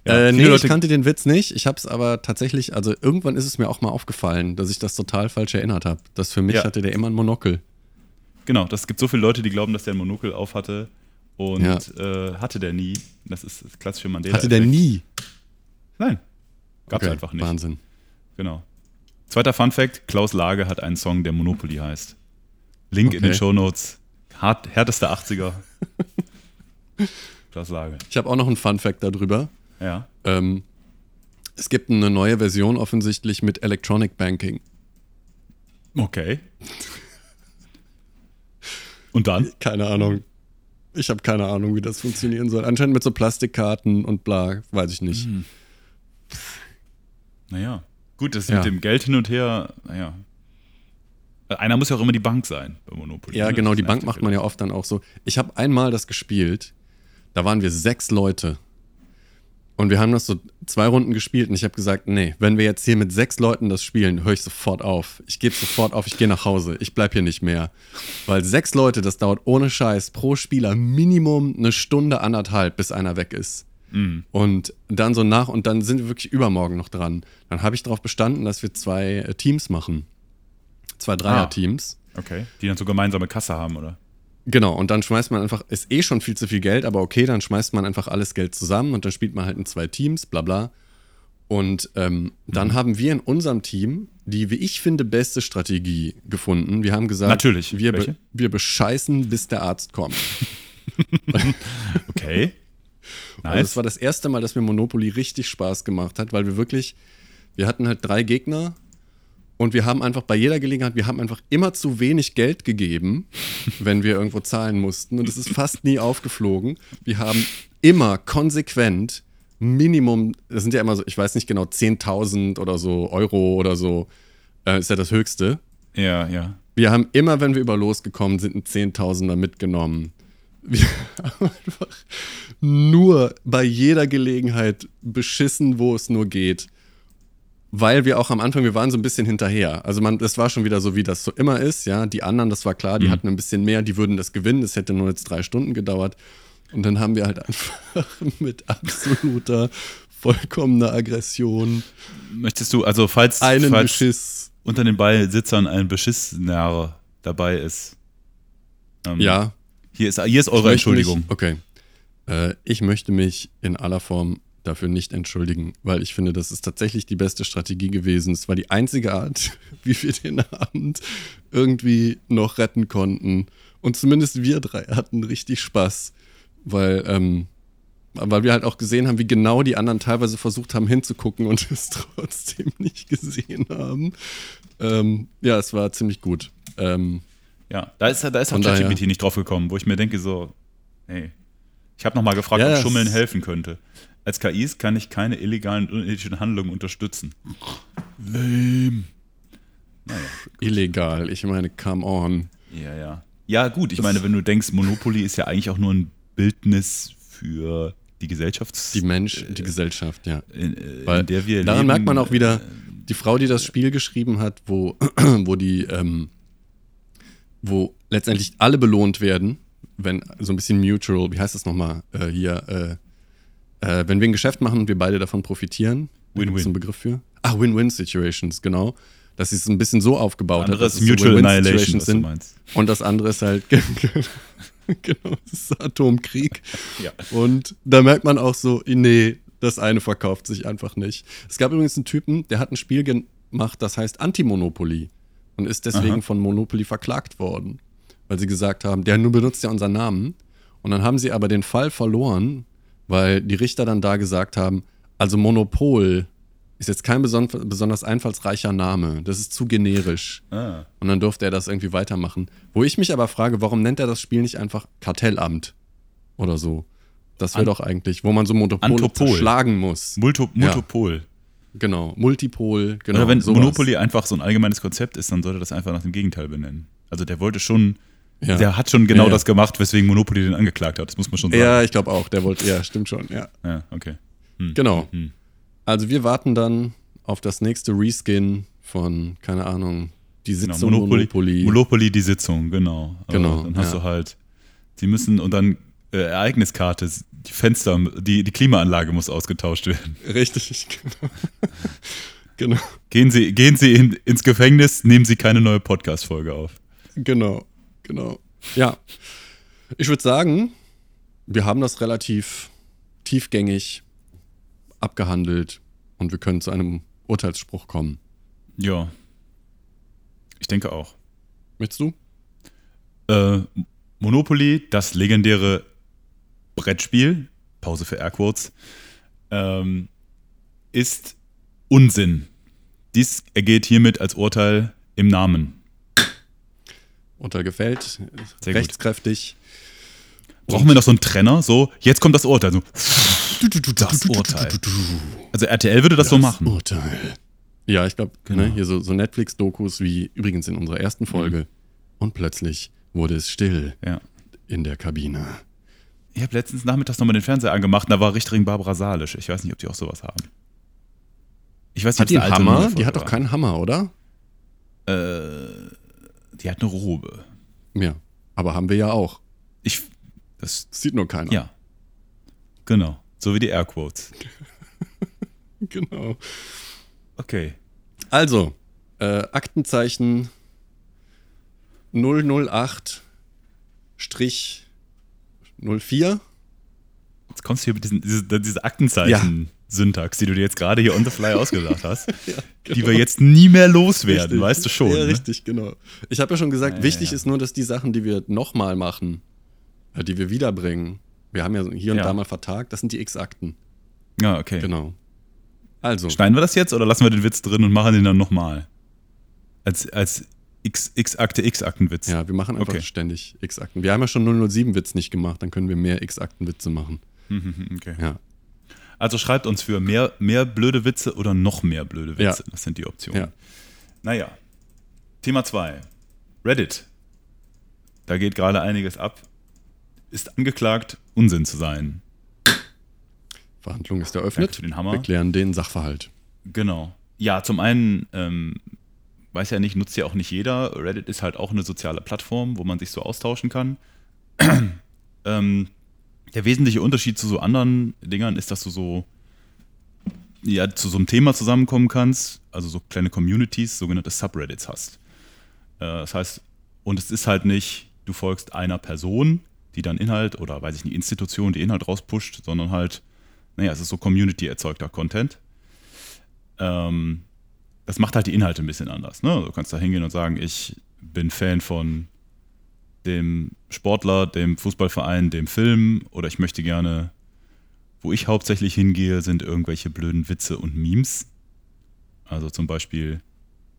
[SPEAKER 2] äh, nee,
[SPEAKER 3] viele
[SPEAKER 2] ich kannte den Witz nicht. Ich habe es aber tatsächlich, also irgendwann ist es mir auch mal aufgefallen, dass ich das total falsch erinnert habe. Dass für mich
[SPEAKER 3] Ja.
[SPEAKER 2] hatte der immer ein Monokel.
[SPEAKER 3] Genau, das gibt so viele Leute, die glauben, dass der ein Monokel auf hatte und
[SPEAKER 2] Ja.
[SPEAKER 3] äh, hatte der nie. Das ist das klassische Mandela.
[SPEAKER 2] Hatte der nie.
[SPEAKER 3] Nein. Gab's einfach nicht.
[SPEAKER 2] Wahnsinn.
[SPEAKER 3] Genau. Zweiter Fun Fact: Klaus Lage hat einen Song, der Monopoly heißt. Link in
[SPEAKER 2] Okay.
[SPEAKER 3] den Show Notes. Hart, härtester 80er. Klaus Lage.
[SPEAKER 2] Ich habe auch noch einen Fun Fact darüber.
[SPEAKER 3] Ja.
[SPEAKER 2] Ähm, es gibt eine neue Version offensichtlich mit Electronic Banking.
[SPEAKER 3] Okay. Und dann?
[SPEAKER 2] Keine Ahnung. Ich habe keine Ahnung, wie das funktionieren soll. Anscheinend mit so Plastikkarten und bla, weiß ich nicht.
[SPEAKER 3] Naja. Gut, das
[SPEAKER 2] Ja.
[SPEAKER 3] mit dem Geld hin und her, naja. Einer muss ja auch immer die Bank sein bei Monopoly.
[SPEAKER 2] Ja,
[SPEAKER 3] ne?
[SPEAKER 2] genau,
[SPEAKER 3] Das
[SPEAKER 2] die
[SPEAKER 3] nervt
[SPEAKER 2] Bank
[SPEAKER 3] ja
[SPEAKER 2] macht man ja oft dann auch so. Ich habe einmal das gespielt, da waren wir sechs Leute. Und wir haben das so zwei Runden gespielt und ich habe gesagt, nee, wenn wir jetzt hier mit sechs Leuten das spielen, höre ich sofort auf. Ich gebe sofort auf, ich gehe nach Hause, ich bleib hier nicht mehr. Weil sechs Leute, das dauert ohne Scheiß pro Spieler Minimum eine Stunde, anderthalb, bis einer weg ist.
[SPEAKER 3] Mhm.
[SPEAKER 2] Und dann so nach und dann sind wir wirklich übermorgen noch dran. Dann habe ich darauf bestanden, dass wir zwei äh, Teams machen. Zwei
[SPEAKER 3] Ah.
[SPEAKER 2] Dreier-Teams.
[SPEAKER 3] Okay. Die dann so gemeinsame Kasse haben, oder?
[SPEAKER 2] Genau, und dann schmeißt man einfach, ist eh schon viel zu viel Geld, aber okay, dann schmeißt man einfach alles Geld zusammen und dann spielt man halt in zwei Teams, bla bla. Und ähm,
[SPEAKER 3] Mhm.
[SPEAKER 2] dann haben wir in unserem Team die, wie ich finde, beste Strategie gefunden. Wir haben gesagt,
[SPEAKER 3] Natürlich.
[SPEAKER 2] Wir, be
[SPEAKER 3] Welche?
[SPEAKER 2] wir bescheißen, bis der Arzt kommt.
[SPEAKER 3] Okay.
[SPEAKER 2] Also das
[SPEAKER 3] [LAUGHS] nice.
[SPEAKER 2] war das erste Mal, dass mir Monopoly richtig Spaß gemacht hat, weil wir wirklich, wir hatten halt drei Gegner und wir haben einfach bei jeder Gelegenheit, wir haben einfach immer zu wenig Geld gegeben, wenn wir irgendwo zahlen mussten und es ist fast nie aufgeflogen. Wir haben immer konsequent Minimum, das sind ja immer so, ich weiß nicht genau, 10.000 oder so Euro oder so, äh, ist ja das Höchste.
[SPEAKER 3] Ja, ja.
[SPEAKER 2] Wir haben immer, wenn wir über losgekommen sind, einen Zehntausender mitgenommen. Wir [LAUGHS] haben einfach nur bei jeder Gelegenheit beschissen, wo es nur geht. Weil wir auch am Anfang, wir waren so ein bisschen hinterher. Also man, das war schon wieder so, wie das so immer ist, ja. Die anderen, das war klar, die hatten ein bisschen mehr, die würden das gewinnen. Das hätte nur jetzt drei Stunden gedauert. Und dann haben wir halt einfach [LAUGHS] mit absoluter, vollkommener Aggression
[SPEAKER 3] Möchtest du, also falls,
[SPEAKER 2] einen
[SPEAKER 3] falls
[SPEAKER 2] Beschiss.
[SPEAKER 3] unter den Beisitzern ein Beschissner dabei ist. ähm,
[SPEAKER 2] Ja,
[SPEAKER 3] Hier ist, hier ist
[SPEAKER 2] Ich
[SPEAKER 3] eure
[SPEAKER 2] möchte
[SPEAKER 3] Entschuldigung.
[SPEAKER 2] Mich, okay. Äh, ich möchte mich in aller Form dafür nicht entschuldigen, weil ich finde, das ist tatsächlich die beste Strategie gewesen. Es war die einzige Art, [LAUGHS] wie wir den Abend irgendwie noch retten konnten. Und zumindest wir drei hatten richtig Spaß, weil, ähm, weil wir halt auch gesehen haben, wie genau die anderen teilweise versucht haben hinzugucken und [LAUGHS] es trotzdem nicht gesehen haben. Ähm, ja, es war ziemlich gut. Ähm,
[SPEAKER 3] Ja, da ist, da ist auch
[SPEAKER 2] Von daher.
[SPEAKER 3] ChatGPT nicht drauf gekommen, wo ich mir denke, so, hey, ich habe nochmal gefragt,
[SPEAKER 2] Ja,
[SPEAKER 3] ob
[SPEAKER 2] das-
[SPEAKER 3] Schummeln helfen könnte. Als KIs kann ich keine illegalen und unethischen Handlungen unterstützen. Lame.
[SPEAKER 2] illegal, ich meine, come on.
[SPEAKER 3] Ja, ja. Ja, gut, ich meine, wenn du denkst, Monopoly ist ja eigentlich auch nur ein Bildnis für die Gesellschaft,
[SPEAKER 2] Die Menschen, die Gesellschaft, ja.
[SPEAKER 3] in, äh,
[SPEAKER 2] Weil
[SPEAKER 3] in der wir
[SPEAKER 2] daran
[SPEAKER 3] leben. äh,
[SPEAKER 2] merkt man auch wieder, die Frau, die das Spiel geschrieben hat, wo, [CLEARS THROAT] wo die, ähm, wo letztendlich alle belohnt werden, wenn so ein bisschen mutual, wie heißt das nochmal äh, hier, äh, äh, wenn wir ein Geschäft machen und wir beide davon profitieren. da
[SPEAKER 3] Win-win.
[SPEAKER 2] gibt's einen Begriff für? Ah, Win-Win-Situations, genau. Dass sie es ein bisschen so aufgebaut
[SPEAKER 3] Anderes
[SPEAKER 2] hat. dass es so
[SPEAKER 3] Mutual
[SPEAKER 2] Win-Win
[SPEAKER 3] Annihilation,
[SPEAKER 2] Situations
[SPEAKER 3] was du
[SPEAKER 2] sind. [LAUGHS]
[SPEAKER 3] meinst.
[SPEAKER 2] Und das andere ist halt genau, das ist Atomkrieg.
[SPEAKER 3] Ja.
[SPEAKER 2] Und da merkt man auch so, nee, das eine verkauft sich einfach nicht. Es gab übrigens einen Typen, der hat ein Spiel gemacht, das heißt Antimonopoly und ist deswegen
[SPEAKER 3] Aha.
[SPEAKER 2] von Monopoly verklagt worden, weil sie gesagt haben, der nur benutzt ja unseren Namen. Und dann haben sie aber den Fall verloren, weil die Richter dann da gesagt haben, also Monopol ist jetzt kein beson besonders einfallsreicher Name, das ist zu generisch.
[SPEAKER 3] Ah.
[SPEAKER 2] Und dann durfte er das irgendwie weitermachen. Wo ich mich aber frage, warum nennt er das Spiel nicht einfach Kartellamt oder so? Das wäre
[SPEAKER 3] An-
[SPEAKER 2] doch eigentlich, wo man so Monopol
[SPEAKER 3] Antopol.
[SPEAKER 2] zerschlagen muss.
[SPEAKER 3] Multo,
[SPEAKER 2] Ja.
[SPEAKER 3] Multopol.
[SPEAKER 2] Genau, Multipol, genau.
[SPEAKER 3] Oder wenn
[SPEAKER 2] sowas.
[SPEAKER 3] Monopoly einfach so ein allgemeines Konzept ist, dann sollte das einfach nach dem Gegenteil benennen. Also der wollte schon,
[SPEAKER 2] Ja.
[SPEAKER 3] der hat schon genau
[SPEAKER 2] Ja, ja.
[SPEAKER 3] das gemacht, weswegen Monopoly den angeklagt hat. Das muss man schon sagen.
[SPEAKER 2] Ja, ich glaube auch, der wollte, ja, stimmt schon, ja.
[SPEAKER 3] Ja, okay.
[SPEAKER 2] Genau.
[SPEAKER 3] Mhm.
[SPEAKER 2] Also wir warten dann auf das nächste Reskin von, keine Ahnung, die
[SPEAKER 3] Genau,
[SPEAKER 2] Sitzung
[SPEAKER 3] Monopoly, Monopoly.
[SPEAKER 2] Monopoly.
[SPEAKER 3] die Sitzung, genau. Aber
[SPEAKER 2] Genau,
[SPEAKER 3] Dann hast
[SPEAKER 2] ja.
[SPEAKER 3] du halt, sie müssen und dann äh, Ereigniskarte, die Fenster, die, die Klimaanlage muss ausgetauscht werden.
[SPEAKER 2] Richtig, [LAUGHS] genau. genau.
[SPEAKER 3] Gehen Sie, gehen sie in, ins Gefängnis, nehmen Sie keine neue Podcast-Folge auf.
[SPEAKER 2] Genau, genau. Ja. Ich würde sagen, wir haben das relativ tiefgängig abgehandelt und wir können zu einem Urteilsspruch kommen.
[SPEAKER 3] Ja. Ich denke auch.
[SPEAKER 2] Möchtest du?
[SPEAKER 3] Äh, Monopoly, das legendäre Brettspiel, Pause für Airquotes, ähm, ist Unsinn. Dies ergeht hiermit als Urteil im Namen.
[SPEAKER 2] Urteil gefällt,
[SPEAKER 3] Sehr gut.
[SPEAKER 2] rechtskräftig.
[SPEAKER 3] Brauchen wir noch so einen Trenner? So, jetzt kommt das Urteil. So, das Urteil. Also RTL würde das, so machen.
[SPEAKER 2] Urteil. Ja, ich glaube, ne,
[SPEAKER 3] Genau. Mhm.
[SPEAKER 2] hier so, so Netflix-Dokus wie übrigens in unserer ersten Folge. Und plötzlich wurde es still
[SPEAKER 3] Ja.
[SPEAKER 2] in der Kabine.
[SPEAKER 3] Ich habe letztens nachmittags nochmal den Fernseher angemacht, und da war Richterin Barbara Salisch. Ich weiß nicht, ob die auch sowas haben. Ich weiß nicht,
[SPEAKER 2] Hat die
[SPEAKER 3] ob's
[SPEAKER 2] einen
[SPEAKER 3] eine alte
[SPEAKER 2] Hammer?
[SPEAKER 3] neue
[SPEAKER 2] Die hat
[SPEAKER 3] Folge
[SPEAKER 2] doch keinen Hammer, oder?
[SPEAKER 3] war. Äh, die hat eine Robe.
[SPEAKER 2] Ja. Aber haben wir ja auch.
[SPEAKER 3] Ich. Das
[SPEAKER 2] Sieht nur keiner.
[SPEAKER 3] Ja. Genau. So wie die Airquotes.
[SPEAKER 2] Genau.
[SPEAKER 3] Okay.
[SPEAKER 2] Also, äh, Aktenzeichen 008 Strich 04.
[SPEAKER 3] Jetzt kommst du hier mit diesen, diese, diese Aktenzeichen-Syntax, die du dir jetzt gerade hier on
[SPEAKER 2] [LAUGHS]
[SPEAKER 3] the fly ausgedacht hast, die wir jetzt nie mehr loswerden,
[SPEAKER 2] genau. Richtig.
[SPEAKER 3] weißt du schon.
[SPEAKER 2] Ja,
[SPEAKER 3] ne?
[SPEAKER 2] richtig, genau. Ich habe ja schon gesagt,
[SPEAKER 3] Ja,
[SPEAKER 2] wichtig
[SPEAKER 3] ja, ja.
[SPEAKER 2] ist nur, dass die Sachen, die wir nochmal machen, äh, die wir wiederbringen, wir haben ja hier und
[SPEAKER 3] Ja.
[SPEAKER 2] da mal vertagt, das sind die X-Akten.
[SPEAKER 3] Ja, okay.
[SPEAKER 2] Genau. Also,
[SPEAKER 3] Schneiden wir das jetzt oder lassen wir den Witz drin und machen den dann nochmal? Als, als X- X-Akte, X-Aktenwitz.
[SPEAKER 2] ja, wir machen einfach
[SPEAKER 3] Okay.
[SPEAKER 2] ständig X-Akten. Wir haben ja schon 007-Witz nicht gemacht, dann können wir mehr X-Akten-Witze machen.
[SPEAKER 3] Mhm, [LAUGHS] Okay.
[SPEAKER 2] Ja.
[SPEAKER 3] Also schreibt uns für mehr, mehr blöde Witze oder noch mehr blöde Witze. Das sind die Optionen.
[SPEAKER 2] Ja.
[SPEAKER 3] Naja. Thema 2. Reddit. Da geht gerade einiges ab. Ist angeklagt, Unsinn zu sein.
[SPEAKER 2] Verhandlung ist
[SPEAKER 3] Danke
[SPEAKER 2] eröffnet.
[SPEAKER 3] für den Hammer.
[SPEAKER 2] Wir klären den Sachverhalt.
[SPEAKER 3] Genau. Ja, zum einen, ähm, weiß ja nicht, nutzt ja auch nicht jeder. Reddit ist halt auch eine soziale Plattform, wo man sich so austauschen kann. [CLEARS THROAT] ähm, der wesentliche Unterschied zu so anderen Dingern ist, dass du so ja, zu so einem Thema zusammenkommen kannst, also so kleine Communities, sogenannte Subreddits hast. Äh, das heißt, und es ist halt nicht, du folgst einer Person, die dann Inhalt oder weiß ich nicht, Institution, die Inhalt rauspusht, sondern halt, naja, es ist so Community-erzeugter Content ähm, das macht halt die Inhalte ein bisschen anders. Ne? Du kannst da hingehen und sagen, ich bin Fan von dem Sportler, dem Fußballverein, dem Film oder ich möchte gerne, wo ich hauptsächlich hingehe, sind irgendwelche blöden Witze und Memes. Also zum Beispiel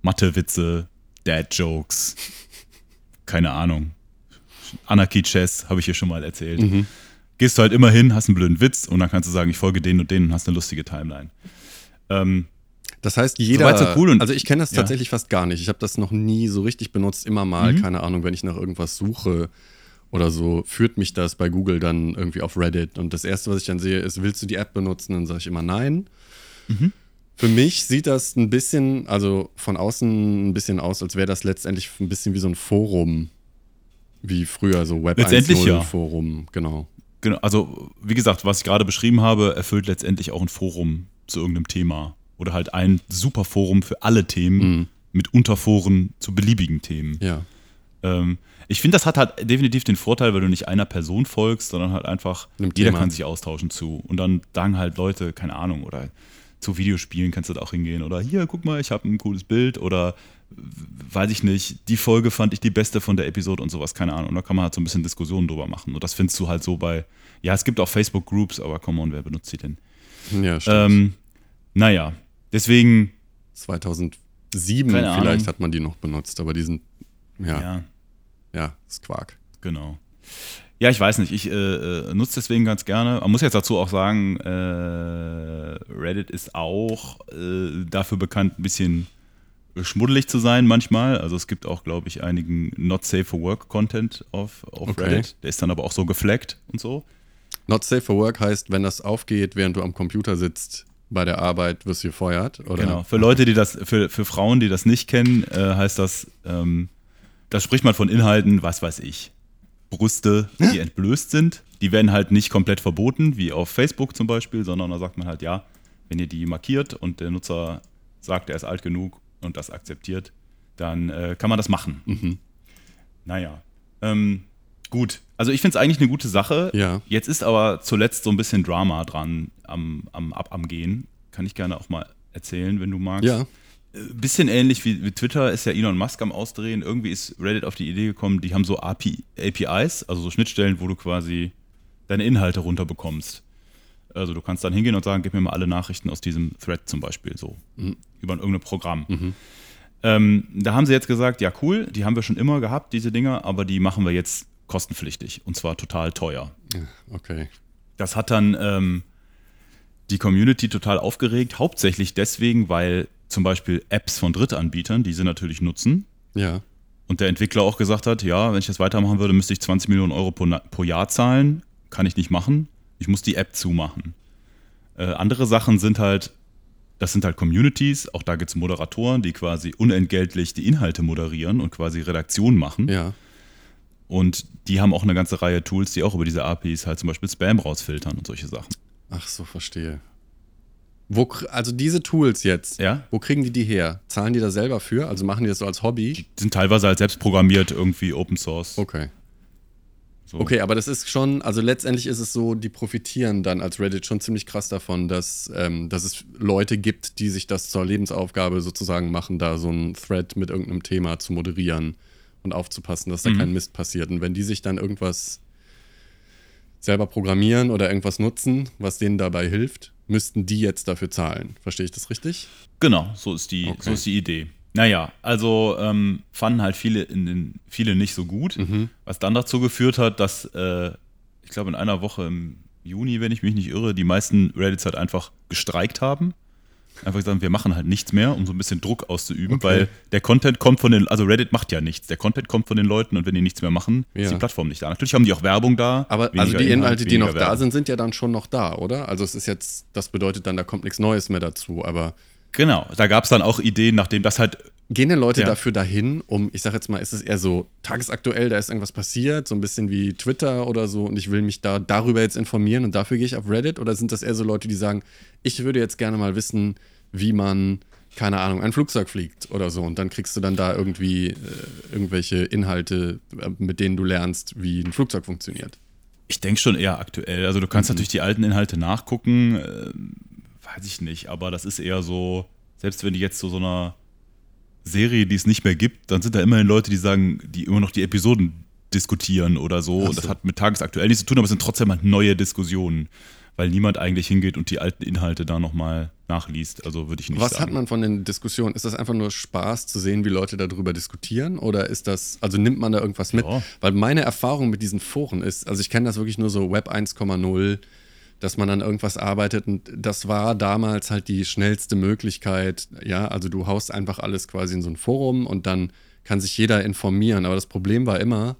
[SPEAKER 3] Mathe-Witze, Dad-Jokes, keine Ahnung. Anarchy-Chess habe ich hier schon mal erzählt. Gehst du halt immer hin, hast einen blöden Witz und dann kannst du sagen, ich folge denen und denen und hast eine lustige Timeline. Ähm,
[SPEAKER 2] Das heißt, jeder.
[SPEAKER 3] Soweit so cool und-
[SPEAKER 2] also ich kenne das
[SPEAKER 3] ja.
[SPEAKER 2] tatsächlich fast gar nicht. Ich habe das noch nie so richtig benutzt. Immer mal,
[SPEAKER 3] Mhm.
[SPEAKER 2] keine Ahnung, wenn ich nach irgendwas suche oder so, führt mich das bei Google dann irgendwie auf Reddit. Und das Erste, was ich dann sehe, ist, willst du die App benutzen? Dann sage ich immer nein.
[SPEAKER 3] Mhm.
[SPEAKER 2] Für mich sieht das ein bisschen, also von außen ein bisschen aus, als wäre das letztendlich ein bisschen wie so ein Forum. Wie früher, so Web
[SPEAKER 3] Letztendlich
[SPEAKER 2] 1.0
[SPEAKER 3] ja.
[SPEAKER 2] Forum, genau.
[SPEAKER 3] Genau, also wie gesagt, was ich gerade beschrieben habe, erfüllt letztendlich auch ein Forum zu irgendeinem Thema. Oder halt ein super Forum für alle Themen mit Unterforen zu beliebigen Themen.
[SPEAKER 2] Ja.
[SPEAKER 3] Ähm, ich finde, das hat halt definitiv den Vorteil, weil du nicht einer Person folgst, sondern halt einfach,
[SPEAKER 2] Einem
[SPEAKER 3] jeder
[SPEAKER 2] Thema.
[SPEAKER 3] kann sich austauschen zu. Und dann sagen halt Leute, keine Ahnung, oder zu Videospielen kannst du da auch hingehen. Oder hier, guck mal, ich habe ein cooles Bild. Oder äh, weiß ich nicht, die Folge fand ich die beste von der Episode und sowas, keine Ahnung. Und da kann man halt so ein bisschen Diskussionen drüber machen. Und das findest du halt so bei, ja, es gibt auch Facebook-Groups, aber come on, wer benutzt die denn?
[SPEAKER 2] Ja, stimmt.
[SPEAKER 3] Ähm, naja, deswegen,
[SPEAKER 2] 2007
[SPEAKER 3] keine
[SPEAKER 2] vielleicht
[SPEAKER 3] Ahnung.
[SPEAKER 2] hat man die noch benutzt, aber die sind, ja, ja,
[SPEAKER 3] ja.
[SPEAKER 2] ist Quark.
[SPEAKER 3] Genau. Ja, ich weiß nicht. Ich äh, äh, nutze deswegen ganz gerne. Man muss jetzt dazu auch sagen, äh, Reddit ist auch äh, dafür bekannt, ein bisschen schmuddelig zu sein manchmal. Also es gibt auch, glaube ich, einigen Not Safe for Work Content auf, auf
[SPEAKER 2] Okay.
[SPEAKER 3] Reddit. Der ist dann aber auch so gefleckt und so.
[SPEAKER 2] Not safe for work heißt, wenn das aufgeht, während du am Computer sitzt bei der Arbeit, wirst du gefeuert, oder?
[SPEAKER 3] Genau. Für Leute, die das, für, für Frauen, die das nicht kennen, äh, heißt das, ähm, da spricht man von Inhalten, was weiß ich. Brüste, die entblößt sind. Die werden halt nicht komplett verboten, wie auf Facebook zum Beispiel, sondern da sagt man halt, ja, wenn ihr die markiert und der Nutzer sagt, er ist alt genug und das akzeptiert, dann äh, kann man das machen. Naja. Ähm, gut. Also ich finde es eigentlich eine gute Sache.
[SPEAKER 2] Ja.
[SPEAKER 3] Jetzt ist aber zuletzt so ein bisschen Drama dran am, am, ab, am Gehen. Kann ich gerne auch mal erzählen, wenn du magst.
[SPEAKER 2] Ja,
[SPEAKER 3] Äh, Bisschen ähnlich wie, wie Twitter ist ja Elon Musk am Ausdrehen. Irgendwie ist Reddit auf die Idee gekommen, die haben so API, APIs, also so Schnittstellen, wo du quasi deine Inhalte runterbekommst. Also du kannst dann hingehen und sagen, gib mir mal alle Nachrichten aus diesem Thread zum Beispiel so.
[SPEAKER 2] Mhm.
[SPEAKER 3] Über ein- irgendein Programm. Ähm, da haben sie jetzt gesagt, ja cool, die haben wir schon immer gehabt, diese Dinger, aber die machen wir jetzt kostenpflichtig und zwar total teuer.
[SPEAKER 2] okay.
[SPEAKER 3] Das hat dann ähm, die Community total aufgeregt, hauptsächlich deswegen, weil zum Beispiel Apps von Drittanbietern diese natürlich nutzen
[SPEAKER 2] Ja,
[SPEAKER 3] und der Entwickler auch gesagt hat, ja, wenn ich das weitermachen würde, müsste ich 20 Millionen Euro pro, Na- pro Jahr zahlen, kann ich nicht machen, ich muss die App zumachen. Äh, andere Sachen sind halt, das sind halt Communities, auch da gibt es Moderatoren, die quasi unentgeltlich die Inhalte moderieren und quasi Redaktion machen.
[SPEAKER 2] ja.
[SPEAKER 3] Und die haben auch eine ganze Reihe Tools, die auch über diese APIs halt zum Beispiel Spam rausfiltern und solche Sachen.
[SPEAKER 2] Ach so, verstehe. Wo, kr- also diese Tools jetzt,
[SPEAKER 3] Ja.
[SPEAKER 2] wo kriegen die die her? Zahlen die da selber für? Also machen die das so als Hobby?
[SPEAKER 3] Die sind teilweise halt selbst programmiert, irgendwie Open Source.
[SPEAKER 2] Okay.
[SPEAKER 3] So.
[SPEAKER 2] Okay, aber das ist schon, also letztendlich ist es so, die profitieren dann als Reddit schon ziemlich krass davon, dass, ähm, dass es Leute gibt, die sich das zur Lebensaufgabe sozusagen machen, da so einen Thread mit irgendeinem Thema zu moderieren und aufzupassen, dass da kein Mist passiert. Und wenn die sich dann irgendwas selber programmieren oder irgendwas nutzen, was denen dabei hilft, müssten die jetzt dafür zahlen. Verstehe ich das richtig?
[SPEAKER 3] Genau, so ist die,
[SPEAKER 2] Okay.
[SPEAKER 3] so ist die Idee. Naja, also ähm, fanden halt viele, in den, viele nicht so gut,
[SPEAKER 2] Hm.
[SPEAKER 3] was dann dazu geführt hat, dass äh, ich glaube in einer Woche im Juni, wenn ich mich nicht irre, die meisten Reddits halt einfach gestreikt haben. Einfach gesagt, wir machen halt nichts mehr, um so ein bisschen Druck auszuüben, weil der Content kommt von den, also Reddit macht ja nichts, der Content kommt von den Leuten und wenn die nichts mehr machen,
[SPEAKER 2] Ja.
[SPEAKER 3] ist die Plattform nicht da. Natürlich haben die auch Werbung da.
[SPEAKER 2] Aber
[SPEAKER 3] weniger
[SPEAKER 2] also die Inhalte, die
[SPEAKER 3] weniger
[SPEAKER 2] noch da
[SPEAKER 3] Werbung.
[SPEAKER 2] sind, sind ja dann schon noch da, oder? Also es ist jetzt, das bedeutet dann, da kommt nichts Neues mehr dazu, aber
[SPEAKER 3] Genau, da gab es dann auch Ideen, nachdem das halt
[SPEAKER 2] Gehen denn Leute
[SPEAKER 3] Ja.
[SPEAKER 2] dafür dahin, um, ich sag jetzt mal, ist es eher so tagesaktuell, da ist irgendwas passiert, so ein bisschen wie Twitter oder so und ich will mich da darüber jetzt informieren und dafür gehe ich auf Reddit? Oder sind das eher so Leute, die sagen, ich würde jetzt gerne mal wissen, wie man, keine Ahnung, ein Flugzeug fliegt oder so und dann kriegst du dann da irgendwie äh, irgendwelche Inhalte, äh, mit denen du lernst, wie ein Flugzeug funktioniert?
[SPEAKER 3] Ich denke schon eher aktuell. Also du
[SPEAKER 2] Mhm.
[SPEAKER 3] kannst natürlich die alten Inhalte nachgucken, ähm, weiß ich nicht, aber das ist eher so, selbst wenn die jetzt zu so einer Serie, die es nicht mehr gibt, dann sind da immerhin Leute, die sagen, die immer noch die Episoden diskutieren oder so.
[SPEAKER 2] Ach
[SPEAKER 3] Und das
[SPEAKER 2] so.
[SPEAKER 3] hat mit tagesaktuell nichts zu tun, aber es sind trotzdem halt neue Diskussionen, weil niemand eigentlich hingeht und die alten Inhalte da nochmal nachliest. Also würde ich nicht
[SPEAKER 2] Was
[SPEAKER 3] sagen.
[SPEAKER 2] hat man von den Diskussionen? Ist das einfach nur Spaß zu sehen, wie Leute darüber diskutieren? Oder ist das, also nimmt man da irgendwas mit?
[SPEAKER 3] Ja.
[SPEAKER 2] Weil meine Erfahrung mit diesen Foren ist, also ich kenne das wirklich nur so Web 1,0, dass man an irgendwas arbeitet und das war damals halt die schnellste Möglichkeit. Ja, also du haust einfach alles quasi in so ein Forum und dann kann sich jeder informieren. Aber das Problem war immer,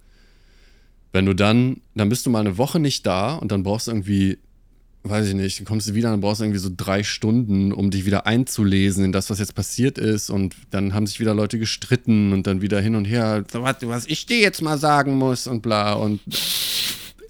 [SPEAKER 2] wenn du dann, dann bist du mal eine Woche nicht da und dann brauchst du irgendwie, weiß ich nicht, dann kommst du wieder, dann brauchst du irgendwie so drei Stunden, um dich wieder einzulesen in das, was jetzt passiert ist. Und dann haben sich wieder Leute gestritten und dann wieder hin und her, so, was, was ich dir jetzt mal sagen muss und bla. Und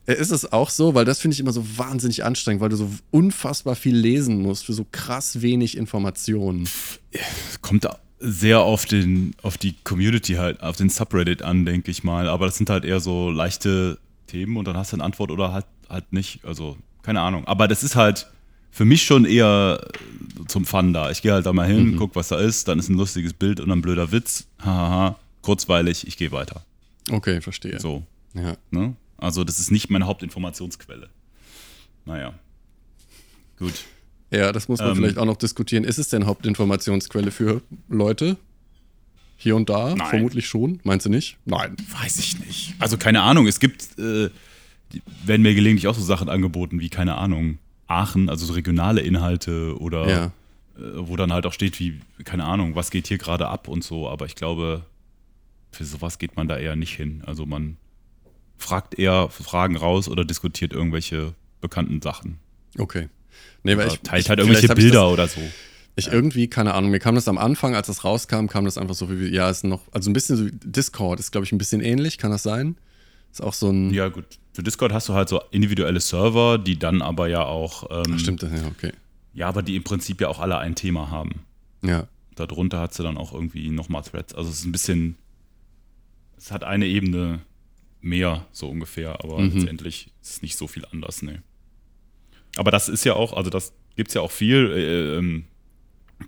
[SPEAKER 2] äh, ist es auch so, weil das finde ich immer so wahnsinnig anstrengend, weil du so unfassbar viel lesen musst für so krass wenig Informationen.
[SPEAKER 3] Es kommt sehr auf, den, auf die Community halt, auf den Subreddit an, denke ich mal. Aber das sind halt eher so leichte Themen und dann hast du eine Antwort oder halt, halt nicht. Also, keine Ahnung. Aber das ist halt für mich schon eher zum Fun da. Ich gehe halt da mal hin, guck, was da ist, dann ist ein lustiges Bild und ein blöder Witz. Hahaha, kurzweilig, ich gehe weiter.
[SPEAKER 2] Okay, verstehe.
[SPEAKER 3] So,
[SPEAKER 2] Ja.
[SPEAKER 3] ne? Also, das ist nicht meine Hauptinformationsquelle. Naja. Gut.
[SPEAKER 2] ja, das muss man
[SPEAKER 3] Ähm.
[SPEAKER 2] vielleicht auch noch diskutieren. Ist es denn Hauptinformationsquelle für Leute? Hier und da?
[SPEAKER 3] Nein.
[SPEAKER 2] Vermutlich schon. Meinst du nicht? Nein.
[SPEAKER 3] Weiß ich nicht. Also keine Ahnung. Es gibt, äh, die- werden mir gelegentlich auch so Sachen angeboten wie, keine Ahnung, Aachen, also so regionale Inhalte oder
[SPEAKER 2] Ja.
[SPEAKER 3] äh, wo dann halt auch steht wie, keine Ahnung, was geht hier gerade ab und so. Aber ich glaube, für sowas geht man da eher nicht hin. Also man fragt eher Fragen raus oder diskutiert irgendwelche bekannten Sachen.
[SPEAKER 2] Okay. Nee, weil
[SPEAKER 3] Oder
[SPEAKER 2] ich,
[SPEAKER 3] teilt
[SPEAKER 2] ich- vielleicht
[SPEAKER 3] halt irgendwelche
[SPEAKER 2] hab ich
[SPEAKER 3] Bilder
[SPEAKER 2] Das,
[SPEAKER 3] oder so.
[SPEAKER 2] ich irgendwie, keine Ahnung, mir kam das am Anfang, als das rauskam, kam das einfach so wie, ja, ist noch, also ein bisschen so, wie- Discord ist, glaube ich, ein bisschen ähnlich, kann das sein? Ist auch so ein,
[SPEAKER 3] Ja gut, für Discord hast du halt so individuelle Server, die dann aber ja auch, ähm,
[SPEAKER 2] Ach, stimmt, das- ja, okay.
[SPEAKER 3] ja, aber die im Prinzip ja auch alle ein Thema haben.
[SPEAKER 2] Ja,
[SPEAKER 3] darunter hat sie dann auch irgendwie nochmal Threads. Also es ist ein bisschen, es hat eine Ebene mehr, so ungefähr, aber
[SPEAKER 2] Mhm.
[SPEAKER 3] letztendlich ist es nicht so viel anders, ne. Aber das ist ja auch, also das gibt es ja auch viel. äh, ähm,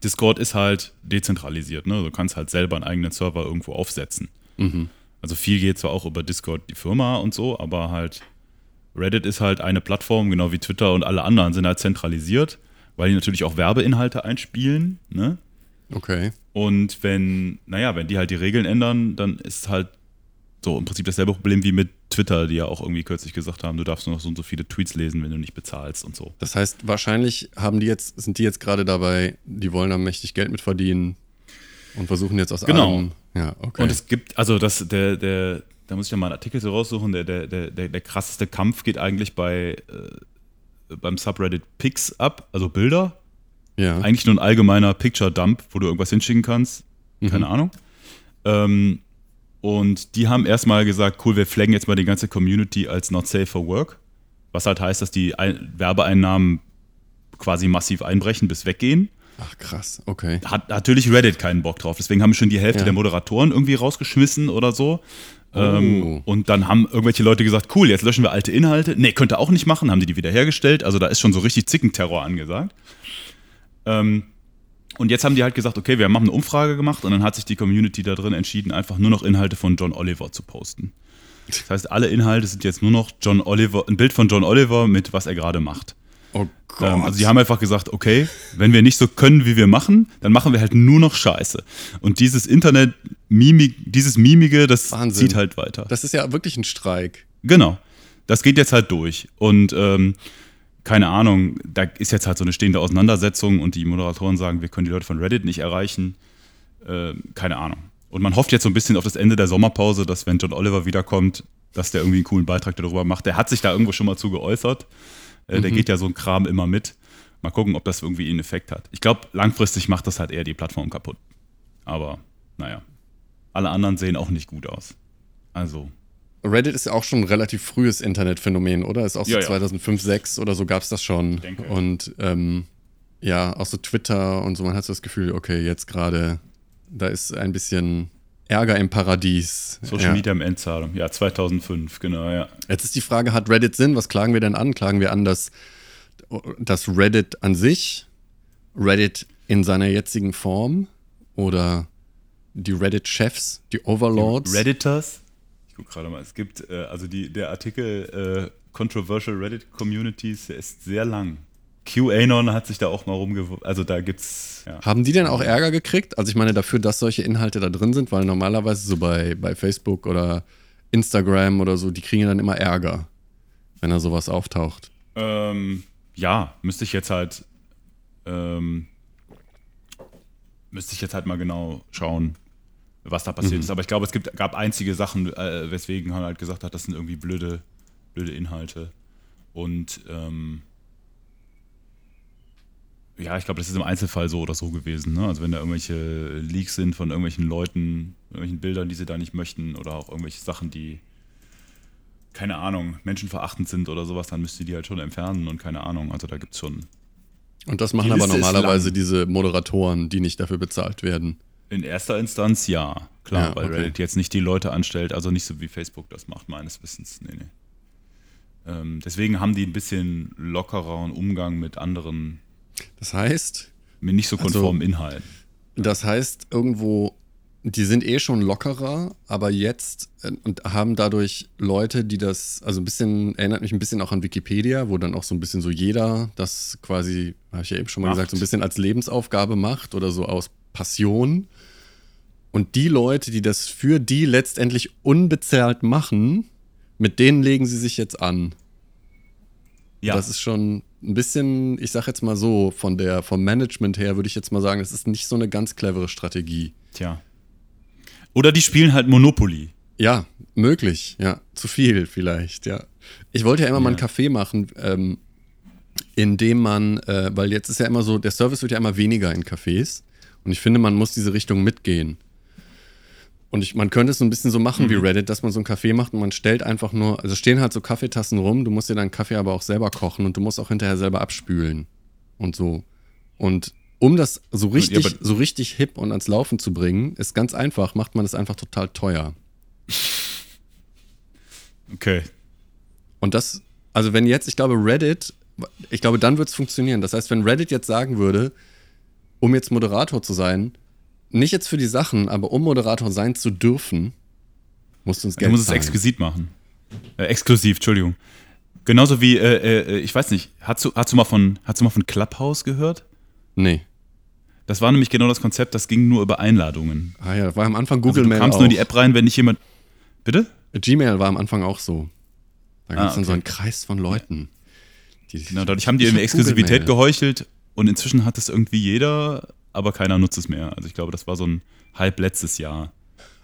[SPEAKER 3] Discord ist halt dezentralisiert, ne? Du kannst halt selber einen eigenen Server irgendwo aufsetzen.
[SPEAKER 2] mhm.
[SPEAKER 3] Also viel geht zwar auch über Discord, die Firma und so, aber halt Reddit ist halt eine Plattform, genau wie Twitter und alle anderen sind halt zentralisiert, weil die natürlich auch Werbeinhalte einspielen, ne?
[SPEAKER 2] okay.
[SPEAKER 3] Und wenn, naja, wenn die halt die Regeln ändern, dann ist halt so im Prinzip dasselbe Problem wie mit Twitter, die ja auch irgendwie kürzlich gesagt haben, du darfst nur noch so und so viele Tweets lesen, wenn du nicht bezahlst und so.
[SPEAKER 2] Das heißt, wahrscheinlich haben die jetzt, sind die jetzt gerade dabei, die wollen da mächtig Geld mit verdienen und versuchen jetzt aus
[SPEAKER 3] Genau.
[SPEAKER 2] allem. Ja, okay.
[SPEAKER 3] Und es gibt, also das, der, der, da muss ich ja mal einen Artikel so raussuchen, der, der, der, der, der krasseste Kampf geht eigentlich bei äh, beim Subreddit Pics ab, also Bilder.
[SPEAKER 2] ja.
[SPEAKER 3] Eigentlich nur ein allgemeiner Picture-Dump, wo du irgendwas hinschicken kannst. Keine Ahnung. Ähm, und die haben erstmal gesagt, cool, wir flaggen jetzt mal die ganze Community als not safe for work. Was halt heißt, dass die Ein Werbeeinnahmen quasi massiv einbrechen bis weggehen.
[SPEAKER 2] Ach krass, okay.
[SPEAKER 3] Hat natürlich Reddit keinen Bock drauf. Deswegen haben schon die Hälfte
[SPEAKER 2] Ja.
[SPEAKER 3] der Moderatoren irgendwie rausgeschmissen oder so. Ähm, und dann haben irgendwelche Leute gesagt, cool, jetzt löschen wir alte Inhalte. Nee, könnt ihr auch nicht machen, haben die die wiederhergestellt. Also da ist schon so richtig Zickenterror angesagt. Ähm, und jetzt haben die halt gesagt, okay, wir haben eine Umfrage gemacht und dann hat sich die Community da drin entschieden, einfach nur noch Inhalte von John Oliver zu posten. Das heißt, alle Inhalte sind jetzt nur noch John Oliver, ein Bild von John Oliver mit was er gerade macht.
[SPEAKER 2] Oh Gott.
[SPEAKER 3] Ähm, also die haben einfach gesagt, okay, wenn wir nicht so können, wie wir machen, dann machen wir halt nur noch Scheiße. Und dieses Internet, Mimik, dieses Mimige, das
[SPEAKER 2] Wahnsinn.
[SPEAKER 3] zieht halt weiter.
[SPEAKER 2] das ist ja wirklich ein Streik.
[SPEAKER 3] genau. Das geht jetzt halt durch. Und ähm, keine Ahnung, da ist jetzt halt so eine stehende Auseinandersetzung und die Moderatoren sagen, wir können die Leute von Reddit nicht erreichen. Ähm, keine Ahnung. Und man hofft jetzt so ein bisschen auf das Ende der Sommerpause, dass wenn John Oliver wiederkommt, dass der irgendwie einen coolen Beitrag darüber macht. Der hat sich da irgendwo schon mal zu geäußert. Äh, Der geht ja so ein Kram immer mit. Mal gucken, ob das irgendwie einen Effekt hat. Ich glaube, langfristig macht das halt eher die Plattform kaputt. Aber naja, alle anderen sehen auch nicht gut aus. Also,
[SPEAKER 2] Reddit ist ja auch schon ein relativ frühes Internetphänomen, oder? Ist auch so
[SPEAKER 3] Ja, ja.
[SPEAKER 2] 2005, 2006 oder so gab es das schon.
[SPEAKER 3] denke.
[SPEAKER 2] Und ähm, ja, auch so Twitter und so, man hat so das Gefühl, okay, jetzt gerade, da ist ein bisschen Ärger im Paradies.
[SPEAKER 3] Social
[SPEAKER 2] ja.
[SPEAKER 3] Media im Endzahlung. Ja, 2005, genau, ja.
[SPEAKER 2] Jetzt ist die Frage, hat Reddit Sinn? Was klagen wir denn an? Klagen wir an, dass, dass Reddit an sich, Reddit in seiner jetzigen Form oder die Reddit-Chefs, die Overlords?
[SPEAKER 3] Redditors. Ich gucke gerade mal. Es gibt, äh, also die, der Artikel äh, Controversial Reddit Communities, der ist sehr lang. QAnon hat sich da auch mal rumgeworfen. Also da gibt's. Ja.
[SPEAKER 2] Haben die denn auch Ärger gekriegt? Also ich meine dafür, dass solche Inhalte da drin sind, weil normalerweise so bei, bei Facebook oder Instagram oder so, die kriegen ja dann immer Ärger, wenn da sowas auftaucht.
[SPEAKER 3] Ähm, ja, müsste ich jetzt halt. Ähm, müsste ich jetzt halt mal genau schauen, was da passiert ist. Aber ich glaube, es gibt, gab einzige Sachen, äh, weswegen man halt gesagt hat, das sind irgendwie blöde, blöde Inhalte. Und ähm, ja, ich glaube, das ist im Einzelfall so oder so gewesen. Ne? Also wenn da irgendwelche Leaks sind von irgendwelchen Leuten, irgendwelchen Bildern, die sie da nicht möchten oder auch irgendwelche Sachen, die keine Ahnung, menschenverachtend sind oder sowas, dann müsst ihr die halt schon entfernen und keine Ahnung. Also da gibt's schon.
[SPEAKER 2] Und das machen
[SPEAKER 3] Die
[SPEAKER 2] aber
[SPEAKER 3] Liste ist
[SPEAKER 2] normalerweise
[SPEAKER 3] lang.
[SPEAKER 2] diese Moderatoren, die nicht dafür bezahlt werden.
[SPEAKER 3] In erster Instanz ja, klar,
[SPEAKER 2] Ja,
[SPEAKER 3] weil
[SPEAKER 2] okay.
[SPEAKER 3] Reddit jetzt nicht die Leute anstellt, also nicht so wie Facebook das macht, meines Wissens. Nee, nee. Ähm, deswegen haben die ein bisschen lockereren Umgang mit anderen,
[SPEAKER 2] Das heißt,
[SPEAKER 3] mit nicht so
[SPEAKER 2] Also-
[SPEAKER 3] konformen Inhalten.
[SPEAKER 2] das heißt irgendwo, die sind eh schon lockerer, aber jetzt äh, und haben dadurch Leute, die das, also ein bisschen, erinnert mich ein bisschen auch an Wikipedia, wo dann auch so ein bisschen so jeder das quasi, habe ich ja eben schon mal
[SPEAKER 3] Macht.
[SPEAKER 2] gesagt, so ein bisschen als Lebensaufgabe macht oder so aus Passion. Und die Leute, die das für die letztendlich unbezahlt machen, mit denen legen sie sich jetzt an.
[SPEAKER 3] Ja,
[SPEAKER 2] Das ist schon ein bisschen, ich sag jetzt mal so, von der, vom Management her würde ich jetzt mal sagen, das ist nicht so eine ganz clevere Strategie.
[SPEAKER 3] tja. Oder die spielen halt Monopoly.
[SPEAKER 2] Ja, möglich, ja. Zu viel vielleicht, ja. Ich wollte ja immer mal einen
[SPEAKER 3] Ja.
[SPEAKER 2] Kaffee machen, ähm, in dem man, äh, weil jetzt ist ja immer so, der Service wird ja immer weniger in Cafés. Und ich finde, man muss diese Richtung mitgehen. Und ich, man könnte es so ein bisschen so machen wie Reddit, dass man so einen Kaffee macht und man stellt einfach nur, also stehen halt so Kaffeetassen rum, du musst dir deinen Kaffee aber auch selber kochen und du musst auch hinterher selber abspülen und so. Und um das so richtig,
[SPEAKER 3] aber-
[SPEAKER 2] so richtig hip und ans Laufen zu bringen, ist ganz einfach, macht man es einfach total teuer.
[SPEAKER 3] Okay.
[SPEAKER 2] Und das, also wenn jetzt, ich glaube, Reddit, ich glaube, dann wird es funktionieren. Das heißt, wenn Reddit jetzt sagen würde, um jetzt Moderator zu sein, nicht jetzt für die Sachen, aber um Moderator sein zu dürfen, musst du uns
[SPEAKER 3] Du
[SPEAKER 2] Geld
[SPEAKER 3] musst es
[SPEAKER 2] zahlen.
[SPEAKER 3] exquisit machen. Äh, exklusiv, Entschuldigung. Genauso wie, äh, äh, ich weiß nicht, hast du, hast, du mal von, hast du mal von Clubhouse gehört?
[SPEAKER 2] nee.
[SPEAKER 3] Das war nämlich genau das Konzept, das ging nur über Einladungen.
[SPEAKER 2] Ah ja, das war am Anfang Google
[SPEAKER 3] also du
[SPEAKER 2] Mail
[SPEAKER 3] kamst
[SPEAKER 2] auch.
[SPEAKER 3] nur in die App rein, wenn nicht jemand. Bitte?
[SPEAKER 2] Gmail war am Anfang auch so. Da gab es
[SPEAKER 3] Ah,
[SPEAKER 2] dann so
[SPEAKER 3] okay.
[SPEAKER 2] einen Kreis von Leuten. Die,
[SPEAKER 3] Genau, dadurch haben die
[SPEAKER 2] Ich
[SPEAKER 3] eine
[SPEAKER 2] hab
[SPEAKER 3] Exklusivität
[SPEAKER 2] Google
[SPEAKER 3] geheuchelt und inzwischen hat es irgendwie jeder, aber keiner nutzt es mehr. Also ich glaube, das war so ein Halb letztes Jahr.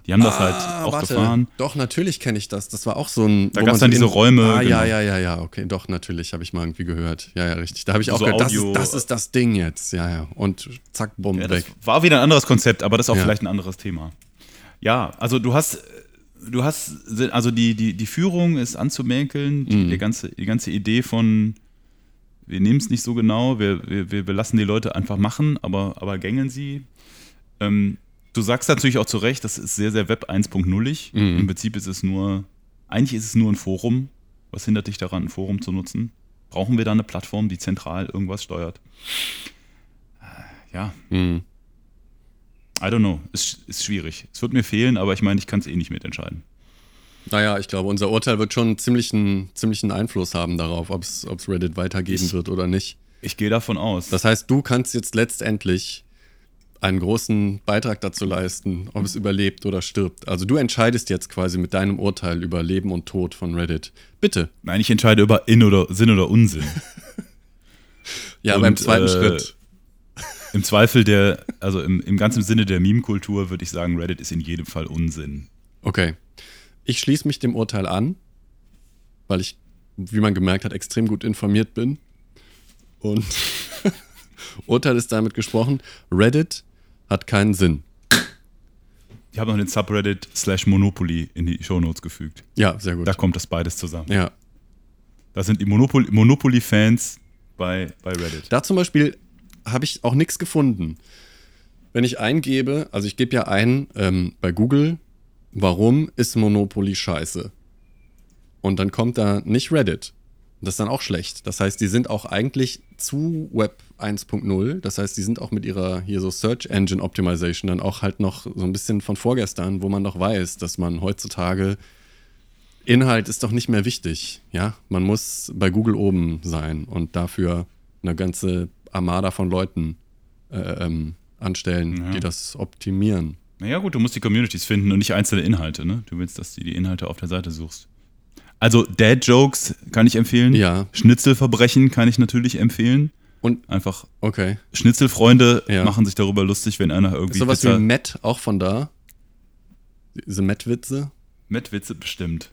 [SPEAKER 3] Die haben das
[SPEAKER 2] Ah,
[SPEAKER 3] halt auch
[SPEAKER 2] warte.
[SPEAKER 3] gefahren.
[SPEAKER 2] Doch, natürlich kenne ich das. Das war auch so ein.
[SPEAKER 3] Da
[SPEAKER 2] wo
[SPEAKER 3] gab's
[SPEAKER 2] man
[SPEAKER 3] dann
[SPEAKER 2] so
[SPEAKER 3] diese Räume,
[SPEAKER 2] Ah,
[SPEAKER 3] genau.
[SPEAKER 2] ja, ja, ja, ja, okay. Doch, natürlich, habe ich mal irgendwie gehört. Ja, ja, richtig. Da habe ich auch
[SPEAKER 3] So
[SPEAKER 2] gehört,
[SPEAKER 3] Audio-
[SPEAKER 2] das, ist, das ist das Ding jetzt. Ja, ja. Und zack, bumm,
[SPEAKER 3] Ja, das
[SPEAKER 2] weg.
[SPEAKER 3] war wieder ein anderes Konzept, aber das ist auch
[SPEAKER 2] Ja.
[SPEAKER 3] vielleicht ein anderes Thema. Ja, also du hast, du hast, also die, die, die Führung ist anzumänkeln,
[SPEAKER 2] Mhm.
[SPEAKER 3] die, die, ganze, die ganze Idee von, wir nehmen es nicht so genau, wir, wir, wir lassen die Leute einfach machen, aber, aber gängeln sie. Ähm, du sagst natürlich auch zu Recht, das ist sehr, sehr Web 1.0ig.
[SPEAKER 2] Mhm.
[SPEAKER 3] Im Prinzip ist es nur, eigentlich ist es nur ein Forum. Was hindert dich daran, ein Forum zu nutzen? Brauchen wir da eine Plattform, die zentral irgendwas steuert? Äh, Ja,
[SPEAKER 2] Hm.
[SPEAKER 3] I don't know. Ist, ist schwierig. Es wird mir fehlen, aber ich meine, ich kann es eh nicht mitentscheiden.
[SPEAKER 2] Naja, ich glaube, unser Urteil wird schon ziemlichen, ziemlichen Einfluss haben darauf, ob es Reddit weitergeben wird oder nicht.
[SPEAKER 3] Ich gehe davon aus.
[SPEAKER 2] Das heißt, du kannst jetzt letztendlich einen großen Beitrag dazu leisten, ob es überlebt oder stirbt. Also du entscheidest jetzt quasi mit deinem Urteil über Leben und Tod von Reddit. Bitte.
[SPEAKER 3] Nein, ich entscheide über In oder Sinn oder Unsinn.
[SPEAKER 2] [LAUGHS] Ja,
[SPEAKER 3] Und,
[SPEAKER 2] beim zweiten
[SPEAKER 3] äh,
[SPEAKER 2] Schritt.
[SPEAKER 3] Im Zweifel der, also im, im ganzen Sinne der Meme-Kultur würde ich sagen, Reddit ist in jedem Fall Unsinn.
[SPEAKER 2] Okay. Ich schließe mich dem Urteil an, weil ich, wie man gemerkt hat, extrem gut informiert bin. Und [LAUGHS] Urteil ist damit gesprochen. Reddit hat keinen Sinn.
[SPEAKER 3] Ich habe noch den Subreddit slash Monopoly in die Shownotes gefügt.
[SPEAKER 2] Ja, sehr gut.
[SPEAKER 3] Da kommt das beides zusammen.
[SPEAKER 2] Ja.
[SPEAKER 3] Da sind die Monopol- Monopoly-Fans bei, bei Reddit.
[SPEAKER 2] Da zum Beispiel habe ich auch nichts gefunden. Wenn ich eingebe, also ich gebe ja ein ähm, bei Google, warum ist Monopoly scheiße? Und dann kommt da nicht Reddit. Das ist dann auch schlecht. Das heißt, die sind auch eigentlich zu Web 1.0. Das heißt, die sind auch mit ihrer hier so Search Engine Optimization dann auch halt noch so ein bisschen von vorgestern, wo man doch weiß, dass man heutzutage Inhalt ist doch nicht mehr wichtig. Ja, man muss bei Google oben sein und dafür eine ganze Armada von Leuten äh, ähm, anstellen,
[SPEAKER 3] Ja.
[SPEAKER 2] die das optimieren.
[SPEAKER 3] Naja, gut, du musst die Communities finden und nicht einzelne Inhalte, ne? Du willst, dass du die Inhalte auf der Seite suchst. Also, Dad-Jokes kann ich empfehlen.
[SPEAKER 2] Ja.
[SPEAKER 3] Schnitzelverbrechen kann ich natürlich empfehlen.
[SPEAKER 2] Und
[SPEAKER 3] Einfach
[SPEAKER 2] okay,
[SPEAKER 3] Schnitzelfreunde
[SPEAKER 2] Ja.
[SPEAKER 3] machen sich darüber lustig, wenn einer
[SPEAKER 2] ist
[SPEAKER 3] irgendwie
[SPEAKER 2] sowas wie
[SPEAKER 3] Witze,
[SPEAKER 2] Matt auch von da? Diese Matt-Witze?
[SPEAKER 3] Matt Witze bestimmt.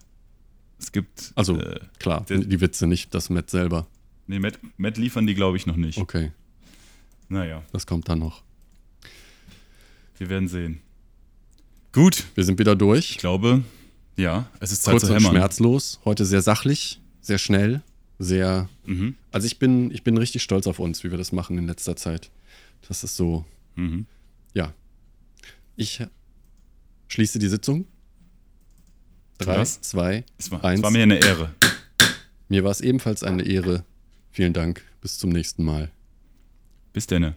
[SPEAKER 3] Es gibt
[SPEAKER 2] Also
[SPEAKER 3] äh,
[SPEAKER 2] klar,
[SPEAKER 3] der-
[SPEAKER 2] die Witze nicht, das Matt selber.
[SPEAKER 3] nee, Matt, Matt liefern die glaube ich noch nicht.
[SPEAKER 2] Okay,
[SPEAKER 3] Naja,
[SPEAKER 2] das kommt dann noch.
[SPEAKER 3] wir werden sehen. Gut,
[SPEAKER 2] Wir sind wieder durch.
[SPEAKER 3] ich glaube, ja, es ist Zeit
[SPEAKER 2] Kurz
[SPEAKER 3] zu
[SPEAKER 2] und
[SPEAKER 3] hämmern.
[SPEAKER 2] schmerzlos. Heute sehr sachlich, sehr schnell, sehr.
[SPEAKER 3] Mhm.
[SPEAKER 2] Also ich bin, ich bin richtig stolz auf uns, wie wir das machen in letzter Zeit. Das ist so,
[SPEAKER 3] Mhm.
[SPEAKER 2] ja.
[SPEAKER 4] Ich schließe die Sitzung. Drei,
[SPEAKER 3] Was?
[SPEAKER 4] zwei,
[SPEAKER 3] Es war,
[SPEAKER 4] Eins.
[SPEAKER 3] es war mir eine Ehre.
[SPEAKER 4] mir war es ebenfalls eine Ehre. Vielen Dank. Bis zum nächsten Mal.
[SPEAKER 3] Bis denne.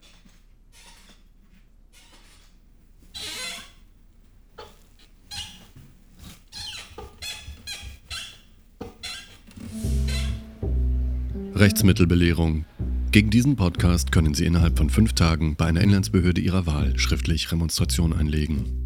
[SPEAKER 2] Rechtsmittelbelehrung. Gegen diesen Podcast können Sie innerhalb von fünf Tagen bei einer Inlandsbehörde Ihrer Wahl schriftlich Remonstration einlegen.